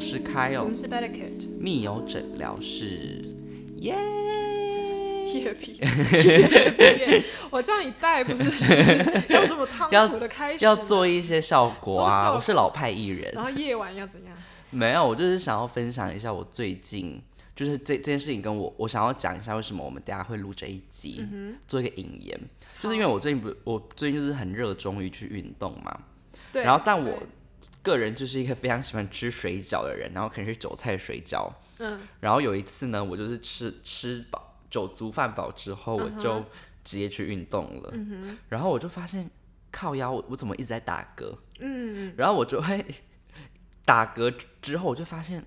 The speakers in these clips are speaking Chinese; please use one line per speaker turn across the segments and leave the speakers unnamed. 师开
我
哦
们，是 Better Kid
密友诊疗室， 耶、
夜皮，夜皮 我叫你带不是要什么汤
要
土的开始
要
吗
做一些效果
做效
啊！
果
我是老派艺人
然，后夜晚要怎样？
没有，我就是想要分享一下我最近就是这这件事情跟我我想要讲一下为什么我们大家会录这一
嗯
集，做一个引言，就是因为我最近不我最近就是很热衷于去运动嘛，
对，
然后但我
对
个人就是一个非常喜欢吃水饺的人，然后可能是韭菜水饺。
嗯，
然后有一次呢，我就是吃吃饱酒足饭饱之后，
嗯
我就直接去运动了。然后我就发现靠腰，我我怎么一直在打嗝？嗯，然后我就会打嗝之后，我就发现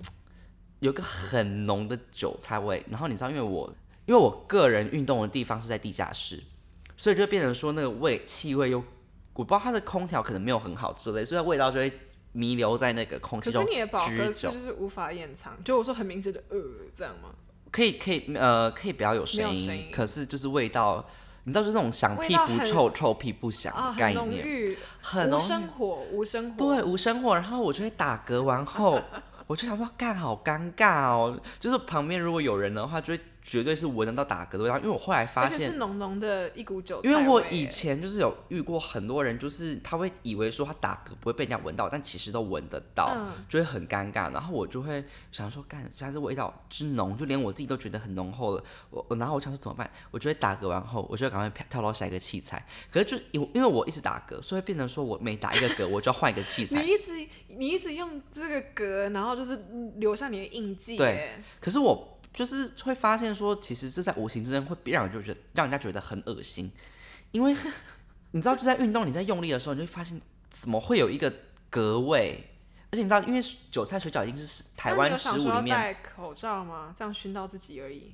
有个很浓的韭菜味。然后你知道，因为我因为我个人运动的地方是在地下室，所以就变成说那个味气味又。我不知道它的空调可能没有很好之类，所以它味道就会弥留在那个空气
可
中
是
之久。
你的饱嗝是就是无法掩藏，就我说很明显的呃这样吗？
可以可以呃，可以不要有
没
声
有
音，
声音
可是就是味道，你知道，就是那种响
味
屁
道
不
很
臭，臭屁不响
啊，
的
很
概
浓
念，
郁，
很
无
浓
生活，无生活，
对无生活。然后我就会打嗝完后， 我就想说，干好尴尬哦，就是旁边如果有人的话，就会绝对是闻得到打嗝的味道，因为我后来发
而且
现
是。浓浓的一股韭菜
因
味。
为我以前就是有遇过很多人，就是他会以为说他打嗝不会被人家闻到，但其实都闻得到，
嗯
就会很尴尬。然后我就会想说，干，现在这味道之浓，就连我自己都觉得很浓厚了。我，我然后我想说怎么办？我就会打嗝完后，我就会赶快跳跳到下一个器材。可是就因因为我一直打嗝，所以变成说我每打一个嗝，我就要换一个 器材
你。一直你一直用这个格，然后就是留下你的印记。
对
耶，
可是我就是会发现说，其实这在无形之中会让人就觉得让人家觉得很恶心，因为 你知道就在运动你在用力的时候，你就会发现怎么会有一个格味，而且你知道，因为韭菜水饺已经是台
那你
湾
有想
食物
说
里
要
面
戴口罩吗？这样熏到自己而已。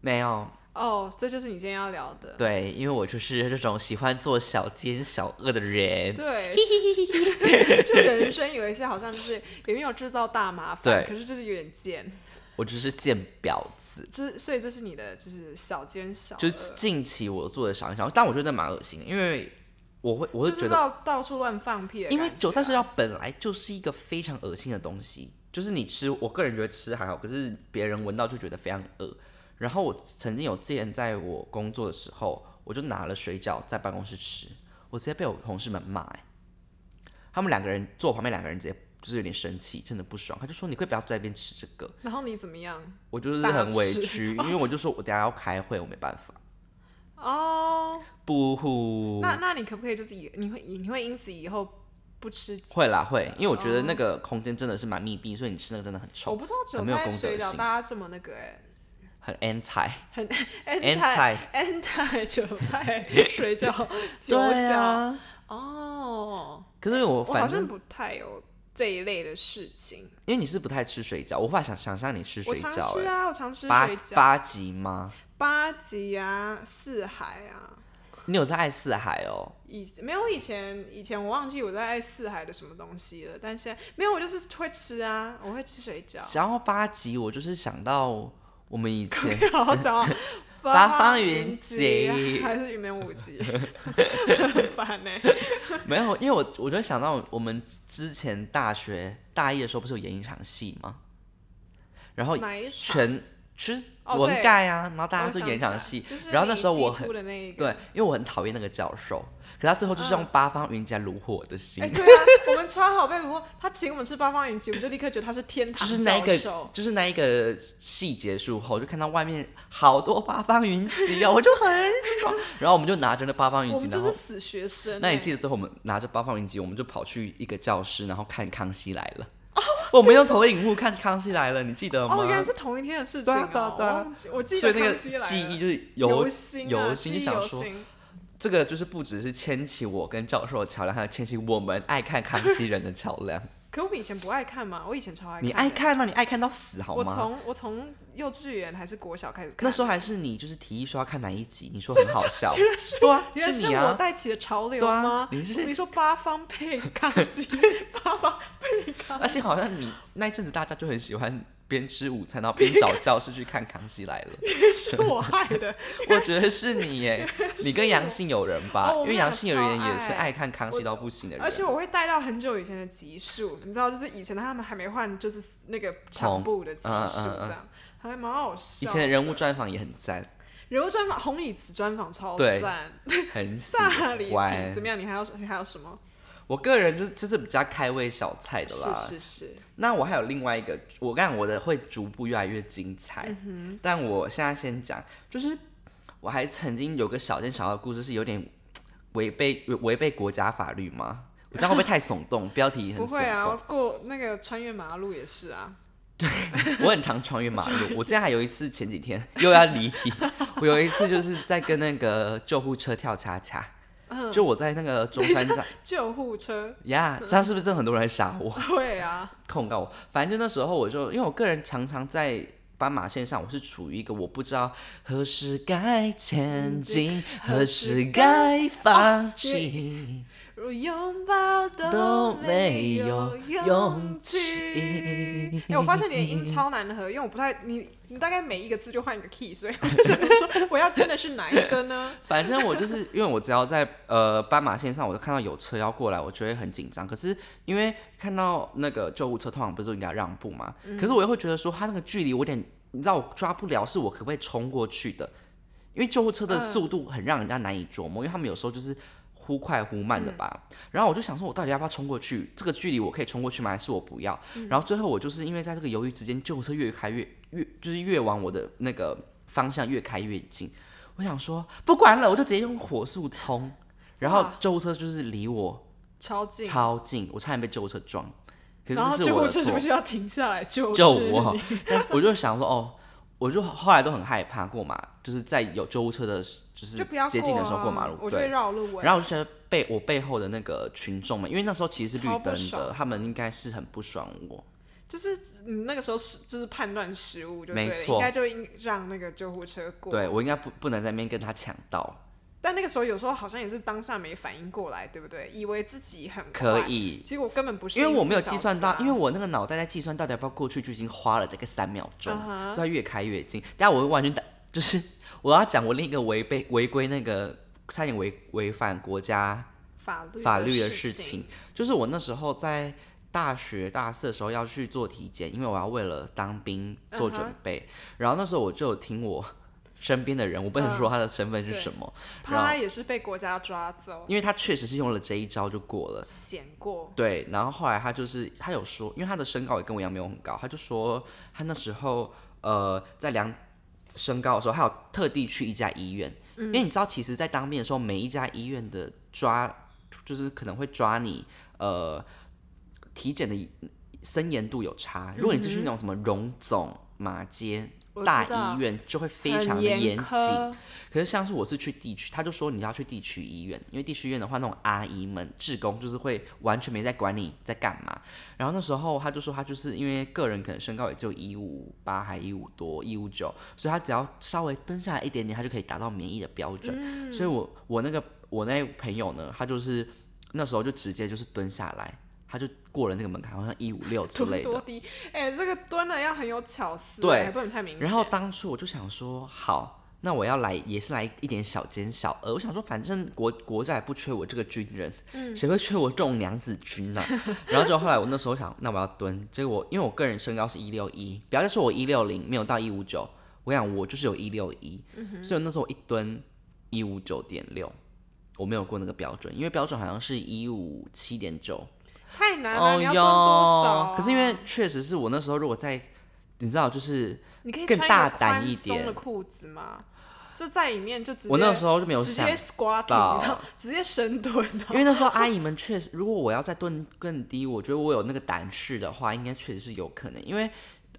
没有
哦，这就是你今天要聊的。
对，因为我就是这种喜欢做小奸小恶的人。
对，就人生有一些好像就是也没有制造大麻烦，
对
可是就是有点贱，
我只是贱婊子，
就是所以这是你的就是小奸小恶，
就近期我做的小奸小恶，但我觉得蛮恶心的，因为我会我会
就
觉
是
得
到到处乱放屁的感
因
觉啊，
为韭菜水饺本来就是一个非常恶心的东西，就是你吃，我个人觉得吃还好，可是别人闻到就觉得非常恶。然后我曾经有之前在我工作的时候，我就拿了水饺在办公室吃，我直接被我同事们骂、欸，他们两个人坐我旁边两个人直接就是有点生气，真的不爽，他就说你可以不要在那边吃这个，
然后你怎么样？
我就是
大
很委
吃
屈，因为我就说我等一下要开会，我没办法，
哦，
不呼。
那那你可不可以就是以你会你会因此以后不吃？
会啦会，因为我觉得那个空间真的是蛮密闭，所以你吃那个真的很
哦我
臭，
不知道
很
韭
没有
菜
公德
水饺
心
大家这么那个哎、
很 anti。
欸、
anti
anti 韭菜水饺酒
对
饺、
啊，
哦，
可是我
我好
反正
像不太有这一类的事情。
因为你是不太吃水饺，我无法想想象你吃
我
水
常
饺、
吃
欸。
啊，我常吃
八
水饺，
八级吗？
八级啊，四海啊。
你有在爱四海哦？
以没有以前，以前我忘记我在爱四海的什么东西了，但现在没有，我就是会吃啊，我会吃水饺。
想要八级，我就是想到我们以前
好好讲啊，
八
八
方
云
云
集
集
还是云门舞 集，很烦呢、欸。
没有，因为我我就想到我们之前大学大一的时候不是有演一场戏吗？然后
哪一场？
全其实
哦
文
对
盖啊，然后大家
我
都
想
演一
起来
场戏
就是，
然后那
你
时候
寄
我
出
很
的那一个嗯
对，因为我很讨厌那个教授，可他最后就是用八方云集来虏获我的心
哎、。对啊，我们超好被果他请我们吃八方云集，我们就立刻觉得他是天
就
堂
是那一
教
个
授，
就是那一个戏结束后，就看到外面好多八方云集哦，我就很 爽。然后我们就拿着那八方云
我
集
们，就
然
是
后
死学生欸、
那你记得最后我们拿着八方云集，我们就跑去一个教室，然后看《康熙来了》 我们用投影幕看《康熙来了》，你记得吗？
哦，原来是同一天的事情、
对
哦
啊对啊对啊
我忘记我记
所
得
以那个
康熙来了
记忆就是
犹
由
新啊，
由
记
心
忆
想
犹
说
新
这个就是不只是牵起我跟教授的桥梁，还有牵起我们爱看康熙人的桥梁。
可 我们以前不爱看嘛，我以前超爱看的。
你爱看吗？你爱看到死好
我
吗？
从我从幼稚园还是国小开始看，哦
那时候还是你就是提议说要看哪一集，你说很好笑，对啊，
原来
你
我
啊，
带起的潮流
对啊
吗？
你是
你说八方 配康熙，八方配康
而且好像你那一阵子大家就很喜欢边吃午餐，然后边找教室去看《康熙来 了》。
是我害的，
我觉得是你耶，你跟杨信友人吧，
哦我
因为
们
杨
俩
信友
超
人也是
爱
爱看康熙到不行的人。
而且我会带到很久以前的集数，你知道，就是以前他们还没换，就是那个
红
长布的集数
嗯嗯嗯
这样，还蛮好笑
以
的。
前的人物专访也很赞，
人物专访、红椅子专访超
对
赞，
很喜
萨里
欢
怎。么样？你还有你还有什么？
我个人就是就是比较开胃小菜的啦。
是是是，
那我还有另外一个，我看我的会逐步越来越精彩，
嗯
但我现在先讲，就是我还曾经有个小奸小恶的故事，是有点嘖违背违背国家法律吗？我这样会不会太耸动？标题很
不
耸动。
会啊，我过那个穿越马路也是啊，
我很常穿越马路。我之前还有一次，前几天又要离题。 我有一次就是在跟那个救护车跳恰恰，
嗯
就我在那个中 山站
救护车
呀，这样是不是真的很多人来杀我、
会啊，
控告我？反正就那时候我就，因为我个人常常在。斑马线上，我是处于一个我不知道何时该前进，何时该放弃。
如拥抱
都
都
没
没
有
有
勇
勇气。哎、我发现你的音超难合，因为我不太你你大概每一个字就换一个 key，所以 我就想说我要跟的是哪一个呢？
反正我就是因为我只要在呃斑马线上，我就看到有车要过来，我就会很紧张。可是因为看到那个救护车，通常不是都应该让步嘛？可是我又会觉得说，它那个距离我有点，你知道我抓不了，是我可不可以冲过去的？因为救护车的速度很让人家难以琢磨，因为他们有时候就是忽快忽慢的吧。然后我就想说，我到底要不要冲过去？这个距离我可以冲过去吗？还是我不要？然后最后我就是因为在这个犹豫之间，救护车越开越越，就是越往我的那个方向越开越近。我想说不管了，我就直接用火速冲，然后
哇
救护车就是离我
超近，
超近，我差点被救护车撞，可
然后
是是
救
我
护
的
车
错
是 不。是要停下来救
救
治
我
你？
但是我就想说，哦，我就后来都很害怕过马，就是在有救护车的，就是
就不要
接近的时候
啊
过马路，
我就会
对。
绕路、欸。
然后我就觉得被我背后的那个群众们，因为那时候其实是绿
超不
灯的
爽，
他们应该是很不爽我。
就是你那个时候是就是判断失误就
没
对了，
错
应该就应让那个救护车过。
对我应该不不能在那边跟他抢道，
但那个时候有时候好像也是当下没反应过来，对不对？以为自己很
可
快，
以，
结果根本不是，
因为我没有计算到，因为
为
我那个脑袋在计算到底要不要过去，就已经花了大概三秒钟，
嗯
所以它越开越近。但我完全打，就是我要讲我另一个违背违规那个差点违违反国家
法律
法律的
的
事情
情，，
就是我那时候在大学大四的时候要去做体检，因为我要为了当兵做准
嗯哼
备。然后那时候我就有听我 身边的人，我不能说他的身份是
嗯对
什么，然后
他也是被国家抓走，
因为他确实是用了这一招就过了。
险过，
对，然后后来他就是他有说，因为他的身高也跟我一样没有很高，他就说他那时候呃在量身高的时候，他有特地去一家医院，
嗯
因为你知道，其实，在当面的时候，每一家医院的抓就是可能会抓你呃体检的森严度有差，如果你是去那种什么荣总、马街。
嗯我知
大
道
医院就会非
很
常的
严
严谨，
苛，
可是像是我是去地区，他就说你要去地区医院，因为地区医院的话，那种阿姨们、志工就是会完全没在管你在干嘛。然后那时候他就说他就是因为个人可能身高也就一五八还一五多一五九，所以他只要稍微蹲下来一点点，他就可以达到免疫的标准。所以我我那个我那朋友呢，他就是那时候就直接就是蹲下来，他就过了那个门槛，好像一五六之类
蹲多。
的
低，哎、这个蹲了要很有巧思，
对
哎不能太明显。
然后当初我就想说，好，那我要来也是来一点小奸小恶。我想说，反正国国家也不缺我这个军人，
嗯
谁会缺我这种娘子 军呢、然后就后来我那时候想，那我要蹲，结果因为我个人身高是一六一，不要再说我一六零，没有到一五九，我想我就是有一六一，
嗯
所以我那时候一蹲一五九点六。我没有过那个标准，因为标准好像是一五七点九，
太难了、
哦
啊你要蹲多少、啊
哟可是因为确实是我那时候如果在，你知道就是
你可以
更
穿一个
大胆
宽
一
松
点
的裤子嘛，就在里面就直接
我那时候就没有
直
想
接 squat，
到
你知道，直接深蹲 啊。
因为那时候阿姨们确实，如果我要再蹲更低，我觉得我有那个胆识的话，应该确实是有可能。因为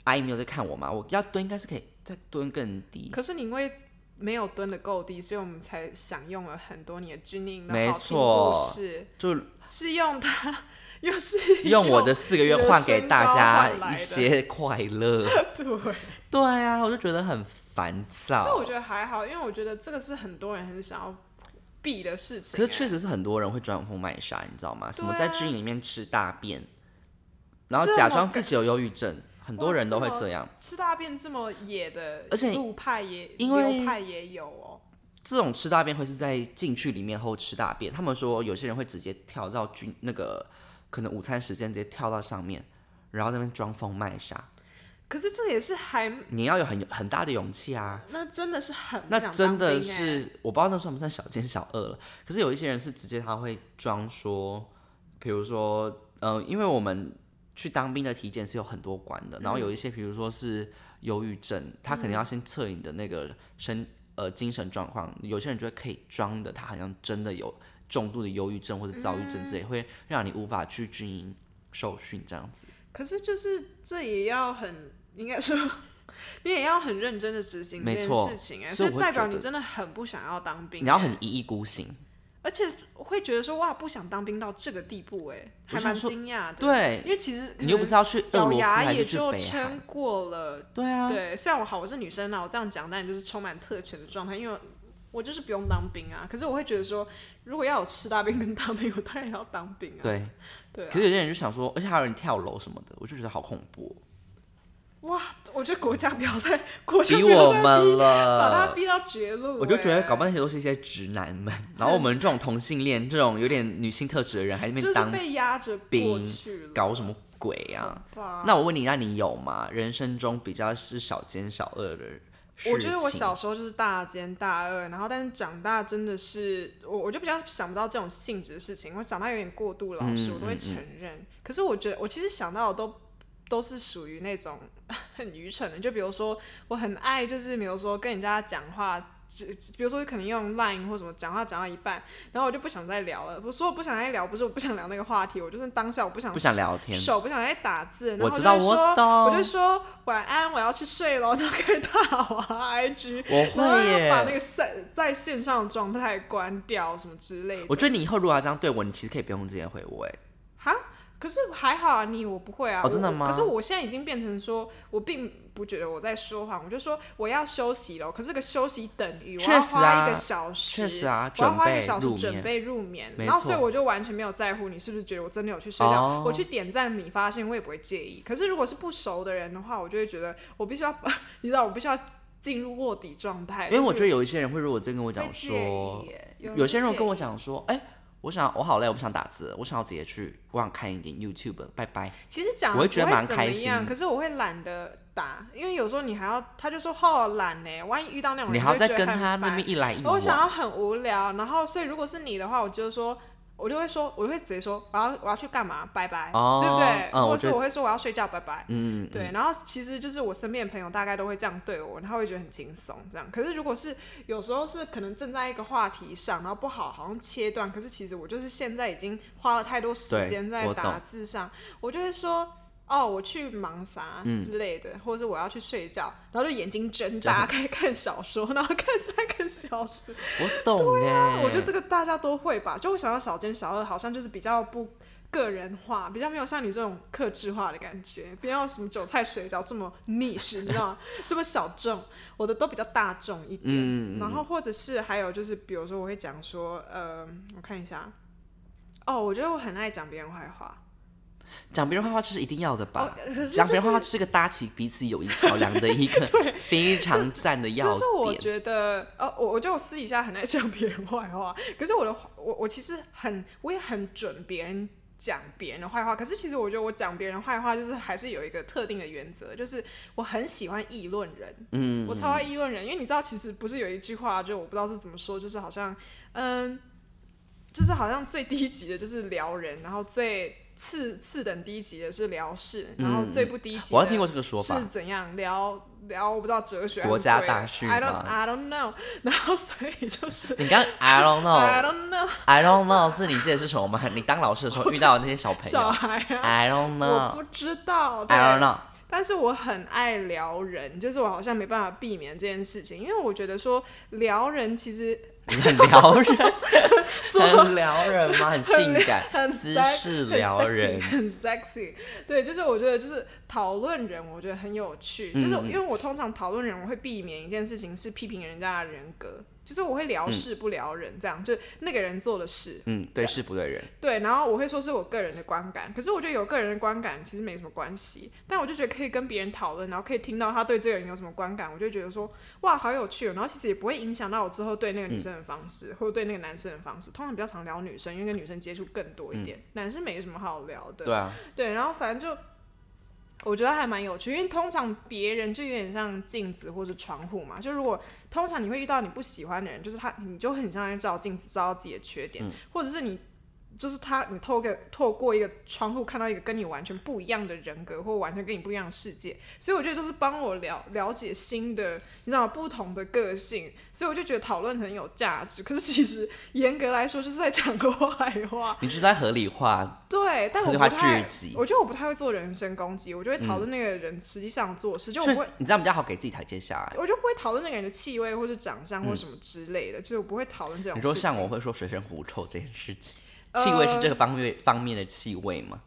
阿姨没有在看我嘛，我要蹲应该是可以再蹲更 低。
可是你因为没有蹲的够低，所以我们才享用了很多你的军营的
没
好评
错
故事，
就是
用它， 又是
用我的四个月换给大家一
人
些快乐。
身高换来的对。
对啊，我就觉得很烦
这我
躁。
觉得还好，因为我觉得这个是很多人很想要避的事情、啊
可是确
实，
实是很多人会装疯卖傻，你知道吗？什么
欸对啊
在军营里面吃大便，然后
这
假
么
装
个
自己有忧郁症，很多人都会
哇这
这样。
吃大便这么野的，
而且
路派也，
因为
流派也有哦。
这种吃大便会是在进去里面后吃大便。他们说有些人会直接跳到军那个可能午餐时间直接跳到上面，然后在那边装疯卖傻。
可是这也是还
你要有很很大的勇气啊！
那真的是很不
那
想
真
当
的
兵欸
是我不知道那算不算小奸小恶了。可是有一些人是直接他会装说，比如说，呃，因为我们去当兵的体检是有很多关的，
嗯
然后有一些，比如说是忧郁症，他可能要先测你的那个身呃精神状况。有些人觉得可以装的，他好像真的有重度的忧郁症或者躁郁症
嗯
之类，会让你无法去军营受训这样子。
可是就是这也要很，应该说 你也要很认真的执行这
没
件
错
事情哎、
所以
所以
我会
代表
觉
你
得
真的很不想要当兵欸、
你要很一意孤行，
而且会觉得说哇，不想当兵到这个地步哎、还
我
蛮
想说
惊讶的。
对
因为其实
你又不是要去
可
俄
能
罗
咬
斯
牙
还
也
是去
就
北
撑
韩？
过了。
对啊，
对，虽然我好，我是女生啊啦，我这样讲，但就是充满特权的状态，因为我就是不用当兵啊。可是我会觉得说，如果要有吃大便跟当兵，我当然要当兵啊。
对。
对啊
可是有些人就想说，而且还有人跳楼什么的，我就觉得好恐怖哦，
哇，我觉得国家不要再国家
逼
不要
我
再
们
把他欸
了。
逼到绝路、
我就觉得搞不
好
好那些都是一些直男们，然后我们这种同性恋这种有点女性特质的人，还在那
就是
边当
被压着过
兵
去了，
搞什么鬼啊？那我问你，那你有吗？人生中比较是小奸小恶的事
我觉得我
情
小时候就是大奸大恶，然后但是长大真的是我，我就比较想不到这种性质的事情。我长大有点过度老实，
嗯
我都会承认。可是我觉得我其实想到的都都是属于那种 很愚蠢的，就比如说我很爱，就是比如说跟人家讲话。只只比如说，可能用 Line 或什么讲话讲到一半，然后我就不想再聊了。我说我不想再聊，不是我不想聊那个话题，我就是当下我不想
不想聊天，
手不想再打字，然后
我
就
知道
会
我
说
懂
我就说晚安，我要去睡了，然后开大滑 IG，
我
然后
会
要把那
耶。
个线在线上的状态关掉什么之类的。
我觉得你以后如果要这样对我，你其实可以不用直接回我哎。
哈，可是还好啊，你我不会啊。
哦真的
我
吗
可是我现在已经变成说，我并不觉得我在说谎，我就说我要休息了。可是这个休息等于我要
确实啊
花一个小时，
确实啊
我要花一个
准
小
备
时
入眠
准备入眠。
没
然后所以
错
我就完全没有在乎你是不是觉得我真的有去睡觉。
哦
我去点赞你发现我也不会介意。可是如果是不熟的人的话，我就会觉得我必须要， 你知道我必须要进入卧底状态。
因为我觉
哎就是
得有一些人会，如果真跟我
我
讲
会介
说
意耶，
有些人
介
跟我
意
讲说，哎、我想我好累，我不想打字了，我想要直接去，我想看一点 YouTube，了拜拜。
其实讲
我会觉得
不
蛮
怎么
开心
样可是我会懒得打，因为有时候你还要，他就说好懒呢、万一遇到那种人，
你还要
就会
再
觉得
跟
很
他那
烦
边一来一往
我，想要很无聊，然后所以如果是你的话，我就说，我就会说，我就会直接说我要我要去干嘛，拜拜，
哦
对不对？
嗯
或
我
者是
觉得
我会说我要睡觉，拜拜。
嗯，
对，然后其实就是我身边的朋友大概都会这样对我，然后会觉得很轻松这样。可是如果是有时候是可能正在一个话题上，然后不好好像切断，可是其实我就是现在已经花了太多时
对
间在
我
打
懂
字上，我就会说。哦，我去忙啥
嗯
之类的，或者是我要去睡觉，然后就眼睛睁
这样
大，开始看小说，然后看三个小时，
我懂哎、
啊我觉得这个大家都会吧，就会想到小奸小恶，好像就是比较不个人化，比较没有像你这种克制化的感觉，不要什么韭菜水饺这么 niche，你知道吗？这么小众，我的都比较大众一点。
嗯，嗯
然后或者是还有就是，比如说我会讲说，呃，我看一下，哦，我觉得我很爱讲别人坏话，
讲别人坏话这是一定要的吧？
哦可是
讲
就
别人坏话
是
这是个搭起彼此友谊桥梁的 一个非常赞的要
就是我
点。
觉得，呃，我我就私底下很爱讲别人坏话，可是我的我我其实很我也很准别人讲别人的坏话，可是其实我觉得我讲别人坏话就是还是有一个特定的原则，就是我很喜欢议论人，
嗯，
我超爱议论人，因为你知道其实不是有一句话，就我不知道是怎么说，就是好像嗯，就是好像最低级的就是撩人，然后最次次等低级的是聊事，然后
嗯
最不低级的、
我要听过这个说法
是，怎样聊聊，我不知道哲学还是
国家
鬼啊
大事
，I don't
吗
I don't know。然 后所以就是
你刚 I don't
I
know，I
don't know
don't know 是你记得是什么吗？你当老师的时候遇到的那些小朋
小
友
孩啊，
哎，I don't
我
know，I
不知道，对
don't know，
但是我很爱聊人，就是我好像没办法避免这件事情，因为我觉得说聊人其实
很撩 人，很撩人吗？很性感，
很
姿
sex-
势撩 人。
很 sexy，对，就是我觉得就是讨论人，我觉得很有趣，就是
嗯嗯
因为我通常讨论人，我会避免一件事情是批评人家的人格，就是我会聊事不聊人，这样、就那个人做的事，
嗯，对事不对人。
对，然后我会说是我个人的观感，可是我觉得有个人的观感其实没什么关系，但我就觉得可以跟别人讨论，然后可以听到他对这个人有什么观感，我就觉得说哇好有趣、哦，然后其实也不会影响到我之后对那个女生的方式、或者对那个男生的方式，通常比较常聊女生，因为跟女生接触更多一点，男生没什么好聊的，
对啊，
对，然后反正就我觉得还蛮有趣，因为通常别人就有点像镜子或者窗户嘛。就如果通常你会遇到你不喜欢的人，就是他，你就很像在照镜子，照到自己的缺点，或者是你就是他，你透过透过一个窗户看到一个跟你完全不一样的人格，或完全跟你不一样的世界。所以我觉得就是帮我了了解新的，你知道吗？不同的个性，所以我就觉得讨论很有价值。可是其实严格来说，就是在讲坏话。
你就是在合理化。
对，但我不
就怕
太
聚集，嗯
我觉得我不太会做人身攻击，我就会讨论那个人实际上做事，就我
确
不
实
会，，
你这样比较好给自己台阶下哎来。
我就不会讨论那个人的气味或是长相或什么之类的，就是我不会讨论这呃种
嗯你
事情。
说像我会说水深狐臭这件事情，气味是这个方面、方面的气味吗？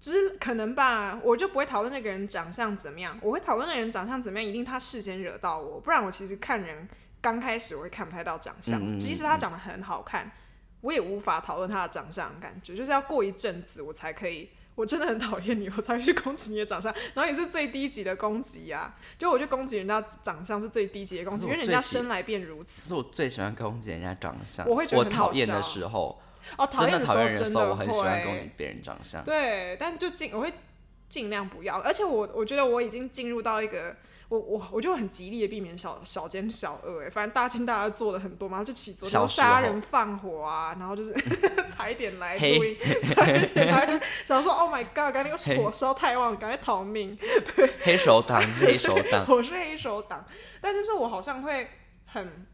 只可能吧，我就不会讨论那个人长相怎么样，我会讨论那个人长相怎么样，一定他事先惹到我，不然我其实看人刚开始我会看不太到长相，
嗯嗯嗯
即使他长得很好看，我也无法讨论他的长相，感觉就是要过一阵子我才可以。我真的很讨厌你，我才会去攻击你的长相，然后也是最低级的攻击呀、就我就攻击人家长相是最低级的攻击，因
可
为
是我
人家
最喜
生来便如
这
此。
是我最喜欢攻击人家长相。
我会觉得很好
讨厌的
笑
时候，
哦，
真
厌
的
的时
讨
候
厌人
真
时候，
的
我很喜欢
会
攻击别人长相。
对，但就尽我会尽量不要，而且我我觉得我已经进入到一个。我我我就很极力的避免小小奸小恶哎、反正大清大家做了很多嘛，就起昨
小
天
时候
杀人放火啊，然后就是 踩点来
嘿
录音，踩点来 录，想说 Oh my God，刚才那个火烧太旺，赶快逃命，，
黑手党，你是黑手党
我是黑手党，但就是我好像会很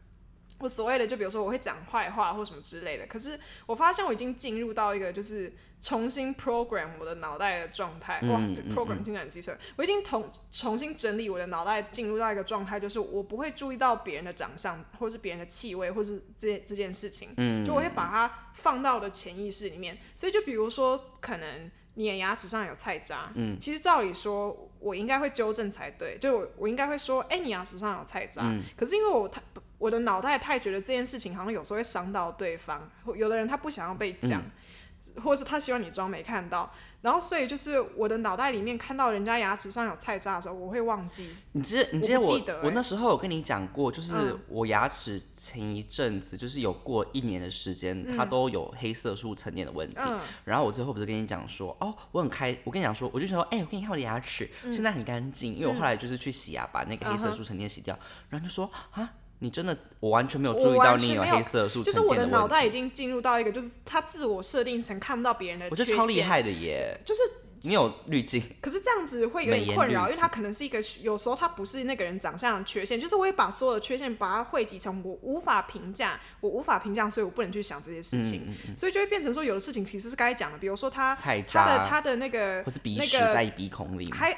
我所谓的，就比如说我会讲坏话或什么之类的。可是我发现我已经进入到一个就是重新 program 我的脑袋的状态。哇，
嗯
这
嗯
program 听起来很机车。我已经重重新整理我的脑袋，进入到一个状态，就是我不会注意到别人的长相，或是别人的气味，或是这这件事情。
嗯
就我会把它放到我的潜意识里面。所以就比如说，可能你的牙齿上有菜渣，嗯，其实照理说，我应该会纠正才对，就我我应该会说，哎、你牙齿上有菜渣。
嗯
可是因为我太我的脑袋太觉得这件事情好像有时候会伤到对方，或有的人他不想要被讲，
嗯
或是他希望你装没看到。然后，所以就是我的脑袋里面看到人家牙齿上有菜渣的时候，我会忘记。
你记得你记得
我
我
不记得嗯欸
我那时候有跟你讲过，就是我牙齿前一阵子就是有过一年的时间，它都有黑色素沉淀的问题。
嗯
然后我最后不是跟你讲说，哦，我很开，我跟你讲说，我就想说，哎、我给你看我的牙齿，
嗯
现在很干净，因为我后来就是去洗牙，把那个黑色素沉淀洗掉，然后就说啊。你真的，我完全没有
我
注意
完
到你
全
有
没有
黑色素
嗯就
沉
是
淀
我
问
的
题，
脑袋已经进入到一个，就是他自我设定成看不到别人的
我
缺陷。
觉得超厉害的耶！
就是
你有滤镜，
可是这样子会有
美
点
颜
困
滤
扰，因为
镜
他可能是一个有时候他不是那个人长相的缺陷，就是我会把所有的缺陷把它汇集成我无法评价，我无法评价，所以我不能去想这些事
嗯
情，所以就会变成说有的事情其实是该讲的，比如说他
菜
他的
渣
他的那个
或是鼻
呃那
屎
个
在鼻孔里面，
还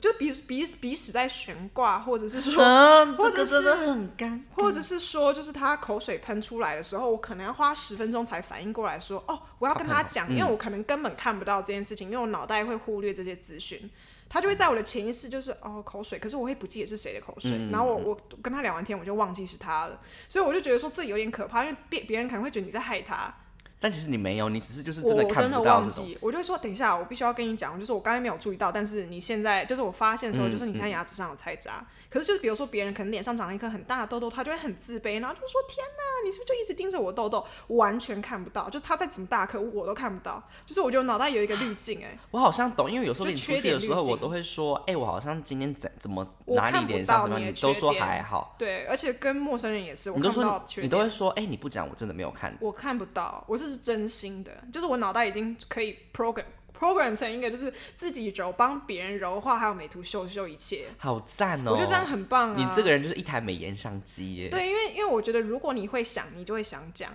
就鼻鼻鼻屎在悬挂，或者是 说。
啊，这
或者
个真的
是
很干。
或者是说，就是他口水喷出来的时候，我可能要花十分钟才反应过来说，哦，我要跟他讲，因为我可能根本看不到这件事情，因为我脑袋会忽略这些资讯，他就会在我的潜意识就是哦口水，可是我会不记得是谁的口水，然后我我跟他聊完天我就忘记是他了，所以我就觉得说这有点可怕，因为别别人可能会觉得你在害他，
但其实你没有，你只是就是
我
真
我
看
真的
不到
忘
这种。
记，我就会说等一下，我必须要跟你讲，就是我刚才没有注意到，但是你现
嗯
在就是我发现的时候，就是你现在牙齿上有菜渣。可是就是比如说别人可能脸上长了一颗很大的痘痘，他就会很自卑，然后就说天哪，你是不是就一直盯着我痘痘？我完全看不到，就他再怎么大颗我都看不到，就是我觉得我脑袋有一个滤镜哎、
我好像懂，因为有时候
就
跟你出
缺
去
点
的时候，
滤镜
我都会说，哎、我好像今天怎怎么
我
哪
看
里
不
脸上
到
怎么
你
样，
的
你都
缺
说
点
还好，
对，而且跟陌生人也是，我
你
看
都
不到
说
缺点
你你都会说，哎、你不讲我真的没有看。
我看不到，我这是真心的，就是我脑袋已经可以 program program 成一个就是自己揉帮别人揉画，还有美图秀秀一切。
好赞哦、
我觉得这样很棒啊！
你这个人就是一台美颜相机耶。
对，因为因为我觉得如果你会想，你就会想讲。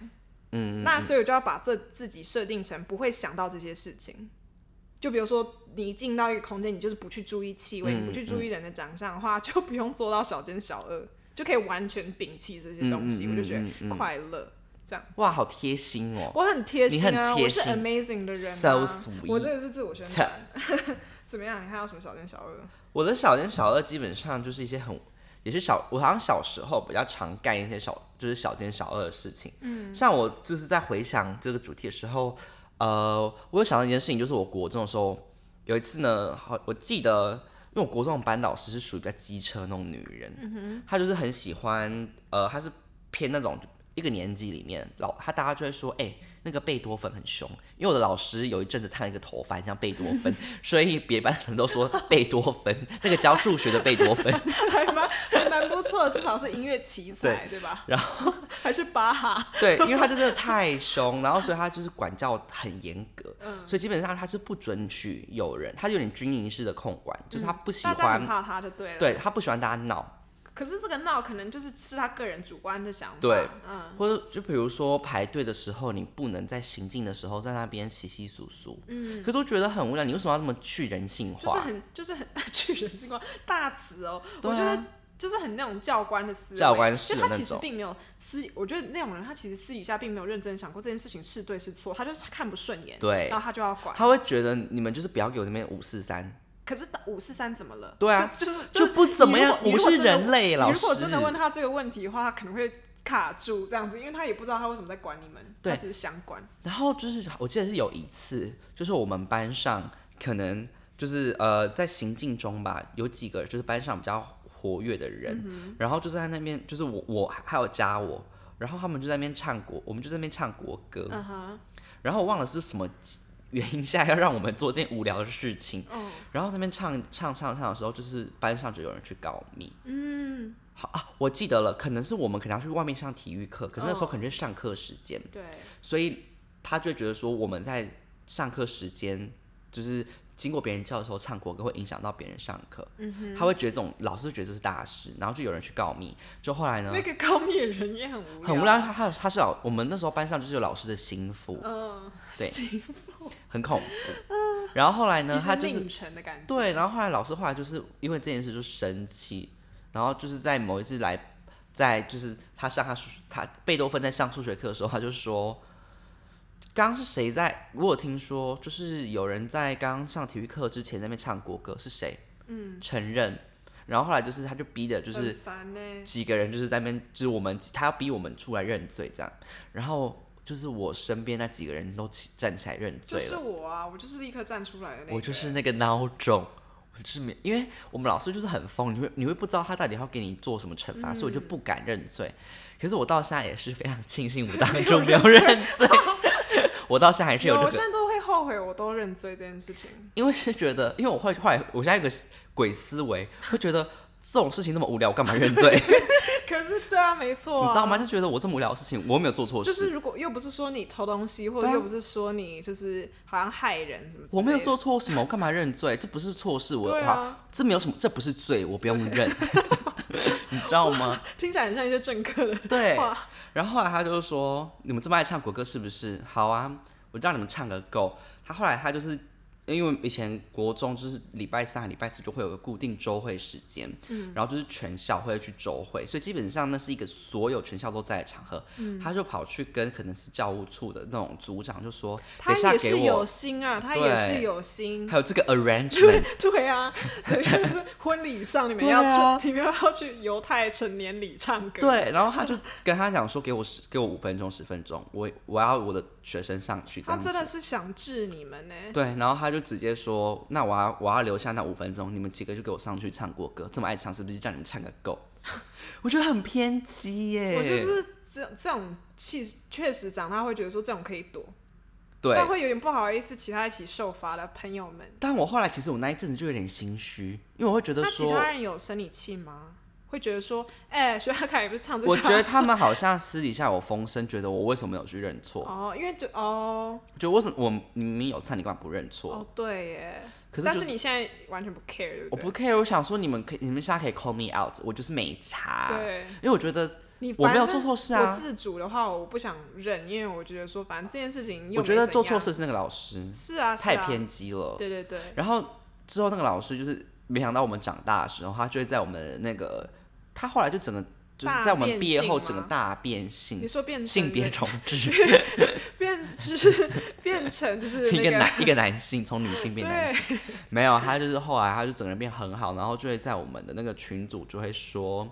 嗯那所以我就要把这自己设定成不会想到这些事情。就比如说，你进
嗯
到一个空间，你就是不去注意气味，你不去注意人的长相的话，就不用做到小奸小恶。就可以完全摒弃这些东西，
嗯嗯嗯
我就觉
嗯
得
嗯
快乐。这样，
哇，好贴心哦，
我很贴心
你
啊，
很贴
我是
心
amazing 的人、啊
So sweet
我真的是自我宣传。 怎么样？你还有什么小奸小恶？
我的小奸小恶基本上就是一些很，也是小，我好像小时候比较常干一些小，就是小奸小恶的事情。嗯，像我就是在回想这个主题的时候，呃，我有想到一件事情，就是我国中的时候有一次呢，好，我记得。因为我国中的班导师是属于比较机车那种女人，嗯、她就是很喜欢，呃，她是偏那种一个年级里面老，她大家就会说，哎、那个贝多芬很凶，因为我的老师有一阵子烫一个头发很像贝多芬，所以别班人都说贝多芬， 那个教数学的贝多芬。
还蛮还蛮不错，至少是音乐奇才，对吧？
然
后还是巴哈，
对，因为他就真的太凶，然后所以他就是管教很严格，
嗯
所以基本上他是不准许有人，他有点军营式的控管，就是他不喜
嗯大家
欢，
很怕他就对了。
对他不喜欢大家闹，
可是这个闹可能就是是他个人主观的想法。
对
嗯，
或者就比如说排队的时候，你不能在行进的时候在那边稀稀疏疏，嗯，可是我觉得很无聊，你为什么要这么去人性化？
就是很就是很 去人性化大词哦，
对
我觉
啊
得。就是很那种教官的思维，
教官式的
因为他
那
其实
种
并没有私，我觉得那种人他其实私底下并没有认真想过这件事情是对是错，他就是看不顺眼，
对
然后他就要管。
他会觉得你们就是不要给我那边五四三，
可是五四三怎么了？
对啊
就就是
就不怎么样，
你
我
如果你
是
如果真的
人类，老
你
师。
如果真的问他这个问题的话，他可能会卡住这样子，因为他也不知道他为什么在管你们，
对
他只是想管。
然后就是我记得是有一次，就是我们班上可能就是呃在行进中吧，有几个就是班上比较活跃的人，
嗯
然后就在那边就是我我还有加我，然后他们就在那边唱国，我们就在那边唱国歌，
嗯哼，
然后我忘了是什么原因下要让我们做这件无聊的事情，
哦，
然后那边唱唱唱唱的时候，就是班上就有人去告密。嗯，好啊，我记得了，可能是我们可能要去外面上体育课，可是
哦
那时候可能是上课时间。
对，
所以他就会觉得说我们在上课时间就是经过别人教的时候唱国歌会影响到别人上课，嗯、他会觉得这种老师觉得这是大事，然后就有人去告密，就后来呢
那。个高密的人也很无聊，
啊很无聊，他他他是老，我们那时候班上就是有老师的心腹，
嗯，
对
幸福
很恐 怖。然后后来呢，他就是
凌晨的感觉，
对，然后后来老师后来就是因为这件事就生气，然后就是在某一次来，在就是他上他数他贝多芬在上数学课的时候，他就说，刚刚是谁在？我有听说，就是有人在刚刚上体育课之前在那边唱国歌，是谁？嗯，承认。然后后来就是他就逼的，就是
很烦呢、
几个人就是在那边，就是我们他要逼我们出来认罪这样。然后就是我身边那几个人都起站起来认
就
罪了
是。我啊，我就是立刻站出来的那个，
我就是那个孬种，我就是没，因为我们老师就是很疯，你会你会不知道他到底要给你做什么惩罚，所以我就
嗯
不敢认罪。可是我到现在也是非常庆幸我当初没有认罪， 我到现在还是有
有我
这
现
个，
在都会后悔，我都认罪这件事情。
因为是觉得，因为我会后来我现在有个鬼思维，会觉得。这种事情那么无聊，我干嘛 认罪？
可是对啊，没错、
你知道吗？？就觉得我这么无聊的事情，我没有做错事，
就是如果又不是说你偷东西，或
对
者
啊
又不是说你就是好像害人什么之类的，
我没有做错什么，我干嘛认罪？这不是错事，我
对
的话、
啊
这没有什么，这不是罪，我不用 认， 你知道吗？
听起来很像一些政客的
对，
话，
然后后来他就说：“你们这么爱唱国歌是不是？好啊，我让你们唱个够。”他后来他就是因为以前国中就是礼拜三、礼拜四就会有个固定周会时间，
嗯
然后就是全校会去周会，所以基本上那是一个所有全校都在的场合。
嗯
他就跑去跟可能是教务处的那种组长就说：“
他
等一下
也
给
是有
我，
心啊，他
对
也是有心。
还有这个 arrangement。”
对对啊，等于就是婚礼上你们
对
要
啊
成，你们要去犹太成年礼唱歌，
对，然后他就跟他讲说：“给我十，给我五分钟、十分钟，我我要我的学生上去。”这
他
样子。
真的是想治你们呢。
对，然后他就直接说：“那我要我要留下那五分钟，你们几个就给我上去唱国歌，这么爱唱是不是就让你们唱个够？” 我觉得很偏激耶。
我就是这这种气，确实长大会觉得说这种可以躲，
对
但，会有点不好意思，其他一起受罚的朋友们。
但我后来其实我那一阵子就有点心虚，因为我会觉得
那其
说
他，人有生你气吗？会觉得说，哎、徐亚凯也不是唱这
我
首
觉得他们好像私底下有风声，觉得我为什么没有去认错？
哦，因为就哦
就为什么我明明有唱，你干嘛不认错？
哦对耶，
可是
但
就是
你现在完全不 care，对
我
对？
不 care，我想说你们可以你们现在可以 call me out，我就是没差。，
对，
因为我觉得
你
我没
反
有做
正
错事啊
我自主的话，我不想认，因为我觉得说，反正这件事情又
我觉
没
得
怎
做错
样
事是那个老师
是啊，
太
是啊。
偏激了。
对对对，
然后之后那个老师就是没想到我们长大的时候，他就会在我们那个他后来就整个就是在我们毕业后整个
大
大变性，
你说变
性别
人
重 置，
变就是变成 就是
一
那
个男一个男性从女性变男性，
对，
没有，啊他就是后来他就整个人变很好，然后就会在我们的那个群组就会说，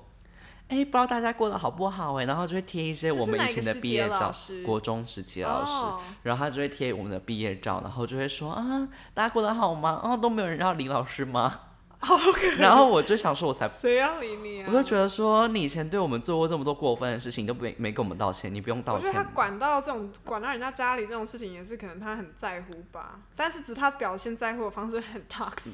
哎、不知道大家过得好不好哎、然后就会贴一些
这是
我们
哪
以
一个
前的
时
毕
期
业
的老
照
师，
国中时期的老师，
哦
然后他就会贴我们的毕业照，然后就会说啊，大家过得好吗？哦，都没有人要李老师吗？
好可爱，
然后我就想 说，我才
谁要理你啊？
我就觉得说，你以前对我们做过这么多过分的事情，你都没没跟我们道歉，你不用道
我觉得
歉
他。管到这种管到人家家里这种事情，也是可能他很在乎吧。但是只是他表现在乎的方式很 toxic，、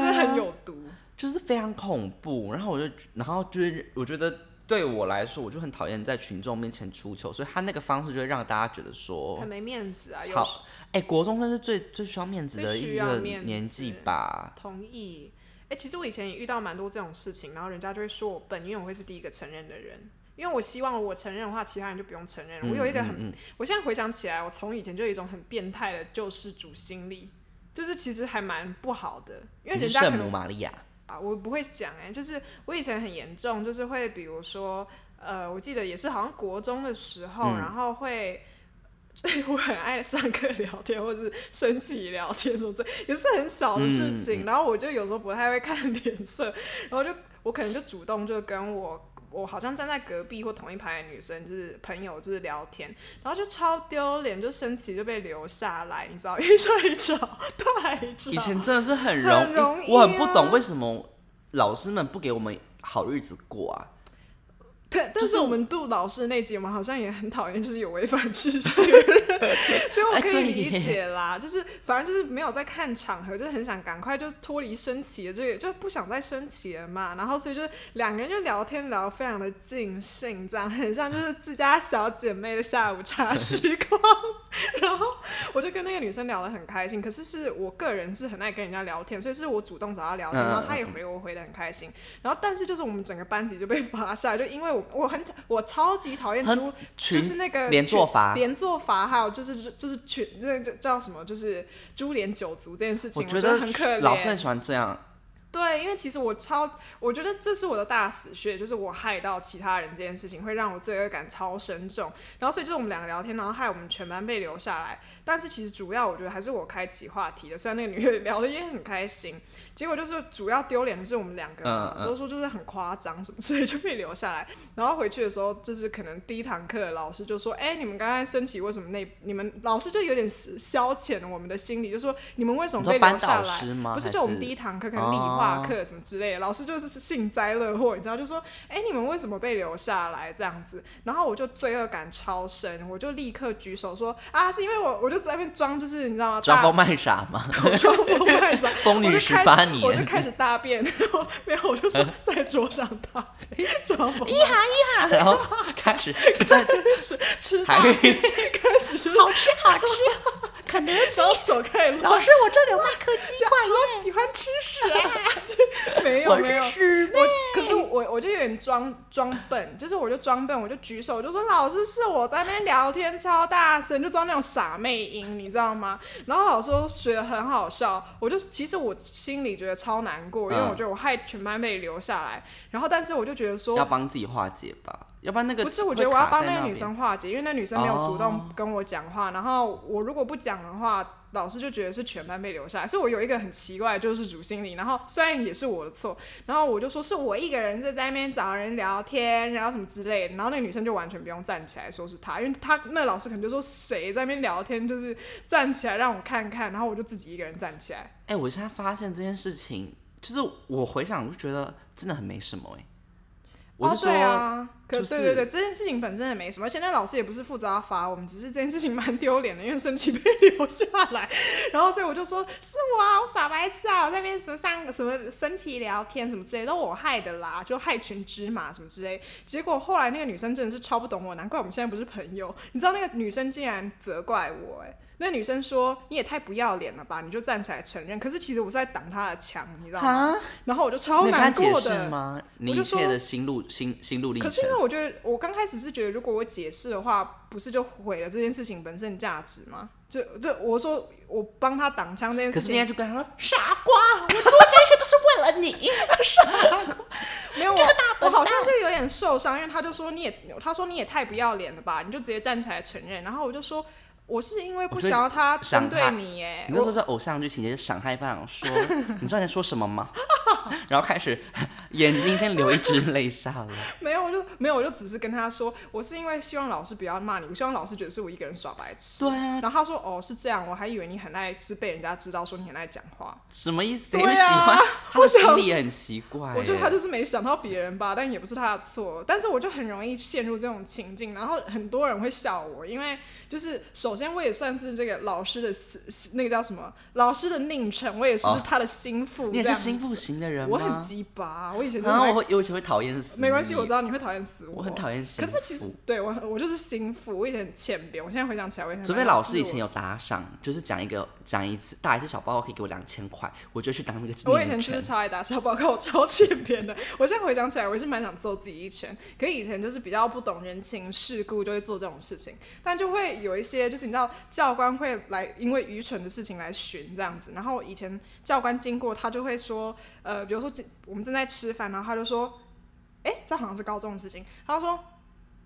就是很
啊，
有毒。
就是非常恐怖。然后我就，然后就是我觉得对我来说，我就很讨厌在群众面前出糗，所以他那个方式就会让大家觉得说
很，没面子啊，有
操
时
哎、国中生是最最需要面子的
最需
一
要
个
面子
年纪吧。
同意。哎、其实我以前也遇到蛮多这种事情，然后人家就会说我笨，因为我会是第一个承认的人。因为我希望我承认的话，其他人就不用承认了。
嗯
我有一个很，
嗯嗯
我现在回想起来，我从以前就有一种很变态的救世主心理，就是其实还蛮不好的，因为人
你是
家可
圣
能
母玛利亚，
啊，我不会讲哎、就是我以前很严重，就是会比如说，呃，我记得也是好像国中的时候，
嗯
然后会。 我很爱上课聊天，或是生气聊天什么这也是很小的事情。然后我就有时候不太会看脸色，然后就我可能就主动就跟我我好像站在隔壁或同一排的女生就是朋友就是聊天，然后就超丢脸，就生气就被留下来，你知道， 一吵一吵，太吵。
以前真的是很
很
易，
容易
我很不
啊
懂为什么老师们不给我们好日子过啊。
但
就
但
是
是我们杜老师那集，我们好像也很讨厌，就是有违反秩序，所 以我可
哎对
以理
耶
解啦。就是反正就是没有在看场合，就很想赶快就脱离升旗的这个，就不想再升旗了嘛。然后所以就是两个人就聊天聊得非常的尽兴，这样很像就是自家小姐妹的下午茶 时光。然后我就跟那个女生聊得很开心，可是是我个人是很爱跟人家聊天，所以是我主动找她聊天，
嗯嗯
然后她也回我回得很开心。然后但是就是我们整个班级就被罚下来，就因为我我很我超级讨厌
很
猪，就
群
是那个
连
群
坐法
连坐法，还有就是就是群那个叫什么，就是株连九族这件事情，
我
我觉
觉
得
得
很可
老师很
怜。
喜欢这样，
对，因为其实我超，我觉得这是我的大死穴，就是我害到其他人这件事情，会让我罪恶感超深重。然后所以就是我们两个聊天，然后害我们全班被留下来。但是其实主要我觉得还是我开启话题的，虽然那个女的 聊的也很开心，结果就是主要丢脸的是我们两个嘛，
嗯嗯
所以说就是很夸张什么， 所以就被留下来。然后回去的时候，就是可能第一堂课老师就说：“哎、你们刚才升旗为什么那你们老师就有点消遣我们的心理，就说你们为什
你
么
说
被
班
留下
导
来？”
师吗？
不是，
还
就我们第一堂课可
哦
能理化课什么之类的，老师就是幸灾乐祸，你知道，就说，哎、你们为什么被留下来这样子？然后我就罪恶感超深，我就立刻举手说，啊，是因为我，我就在那边装，就是你知道吗？
装
大
疯卖傻吗？
装疯卖傻，
疯
我
女
就
十
开始
八
我就
年，
开始大便，然后没有，我就说在桌上大便，装 疯，
然后开始 在
吃大
还
便，开始就是
好吃好吃， 肯德基
然后手开始
老
乱
师，我这里有麦克鸡块
我喜欢吃屎啊！就没有
我
没有
是，师妹
我可是我我就有点装装笨，就是我就装笨，我就举手，我就说老师是我在那边聊天超大声，就装那种傻妹音，你知道吗？然后老师都觉得很好笑，我就其实我心里觉得超难过，因为
嗯
我觉得我害全班被留下来，然后但是我就觉得说
要帮自己化解吧，要不然那个
不是，
会
我觉得我要
卡
帮
在
那
那
个女
边
生化解，因为那女生没有主
哦
动跟我讲话，然后我如果不讲的话，老师就觉得是全班被留下来，所以我有一个很奇怪的救世主心理，然后虽然也是我的错，然后我就说是我一个人在在那边找人聊天，然后什么之类的，然后那个女生就完全不用站起来说是她，因为她那老师可能就说谁在那边聊天，就是站起来让我看看，然后我就自己一个人站起来，
哎、我现在发现这件事情，就是我回想，我就觉得真的很没什么哎、我是
哦、
说，
对啊，可、
就是
对对对，这件事情本身也没什么，而且那老师也不是负责要罚我们，只是这件事情蛮丢脸的，因为生气被留下来， 然后所以我就说是我啊，我傻白痴啊，我在那边什么上个什么生气聊天什么之类，都我害的啦，就害群之马什么之类。结果后来那个女生真的是超不懂我，难怪我们现在不是朋友。你知道那个女生竟然责怪我、欸，那女生说你也太不要脸了吧，你就站起来承认。可是其实我是在挡她的墙，你知道吗？
啊，
然后我就超
你有跟他
难
解
过
释
的。
吗？你
就
一切
说
的心路心心路历
可是因
程
为，我觉得，我刚开始是觉得，如果我解释的话，不是就毁了这件事情本身的价值吗？就就我说我帮他挡枪这件
可
事
是人家
情，
就跟他说，
傻瓜，我做这些都是为了你。
没有我，我好像就有点受伤，因为他就说你也，他说你也太不要脸了吧，你就直接站起来承认。然后我就说，我是因
哦
为不想要他针对你耶
你，那时候在偶像剧情节是赏害犯， 说你知道你在说什么吗？ 然后开始眼睛先流一支泪下来，
没有，我就没有，我就只是跟他说，我是因为希望老师不要骂你，我希望老师觉得是我一个人耍白痴。
对啊
然后他说哦是这样，我还以为你很爱，就是被人家知道说你很爱讲话。
什么意思？
对
因
啊
为喜欢他的
我想
心里也很奇怪欸耶，
我觉得他就是没想到别人吧，但也不是他的错。但是我就很容易陷入这种情境，然后很多人会笑我，因为就是首先我也算是这个老师的私那个叫什么老师的佞臣，我也是
哦
就是他的心腹
你
这
也
样
是
子。
心腹型的人
我
吗？
很鸡巴，我以前就
啊，
是
我会有些会讨厌死你。
没关系，我知道你会讨厌死
我很讨厌心
可
腹。
是其实对我很我就是心腹，我以前很欠扁，我现在回想起来我也很。
除非老师以
哦
前。有打赏，就是讲一个讲一次打一次小报告可以给我两千块，我就去当那个
我
念
以前就
权
是超爱打小报告，我超欠扁的。 我现在回想起来，我是蛮想揍自己一拳。可以前就是比较不懂人情世故，就会做这种事情，但就会有一些就是你知道教官会来因为愚蠢的事情来巡这样子。然后以前教官经过，他就会说，呃，比如说这我们正在吃饭，然后他就说，哎、这好像是高中的事情，他说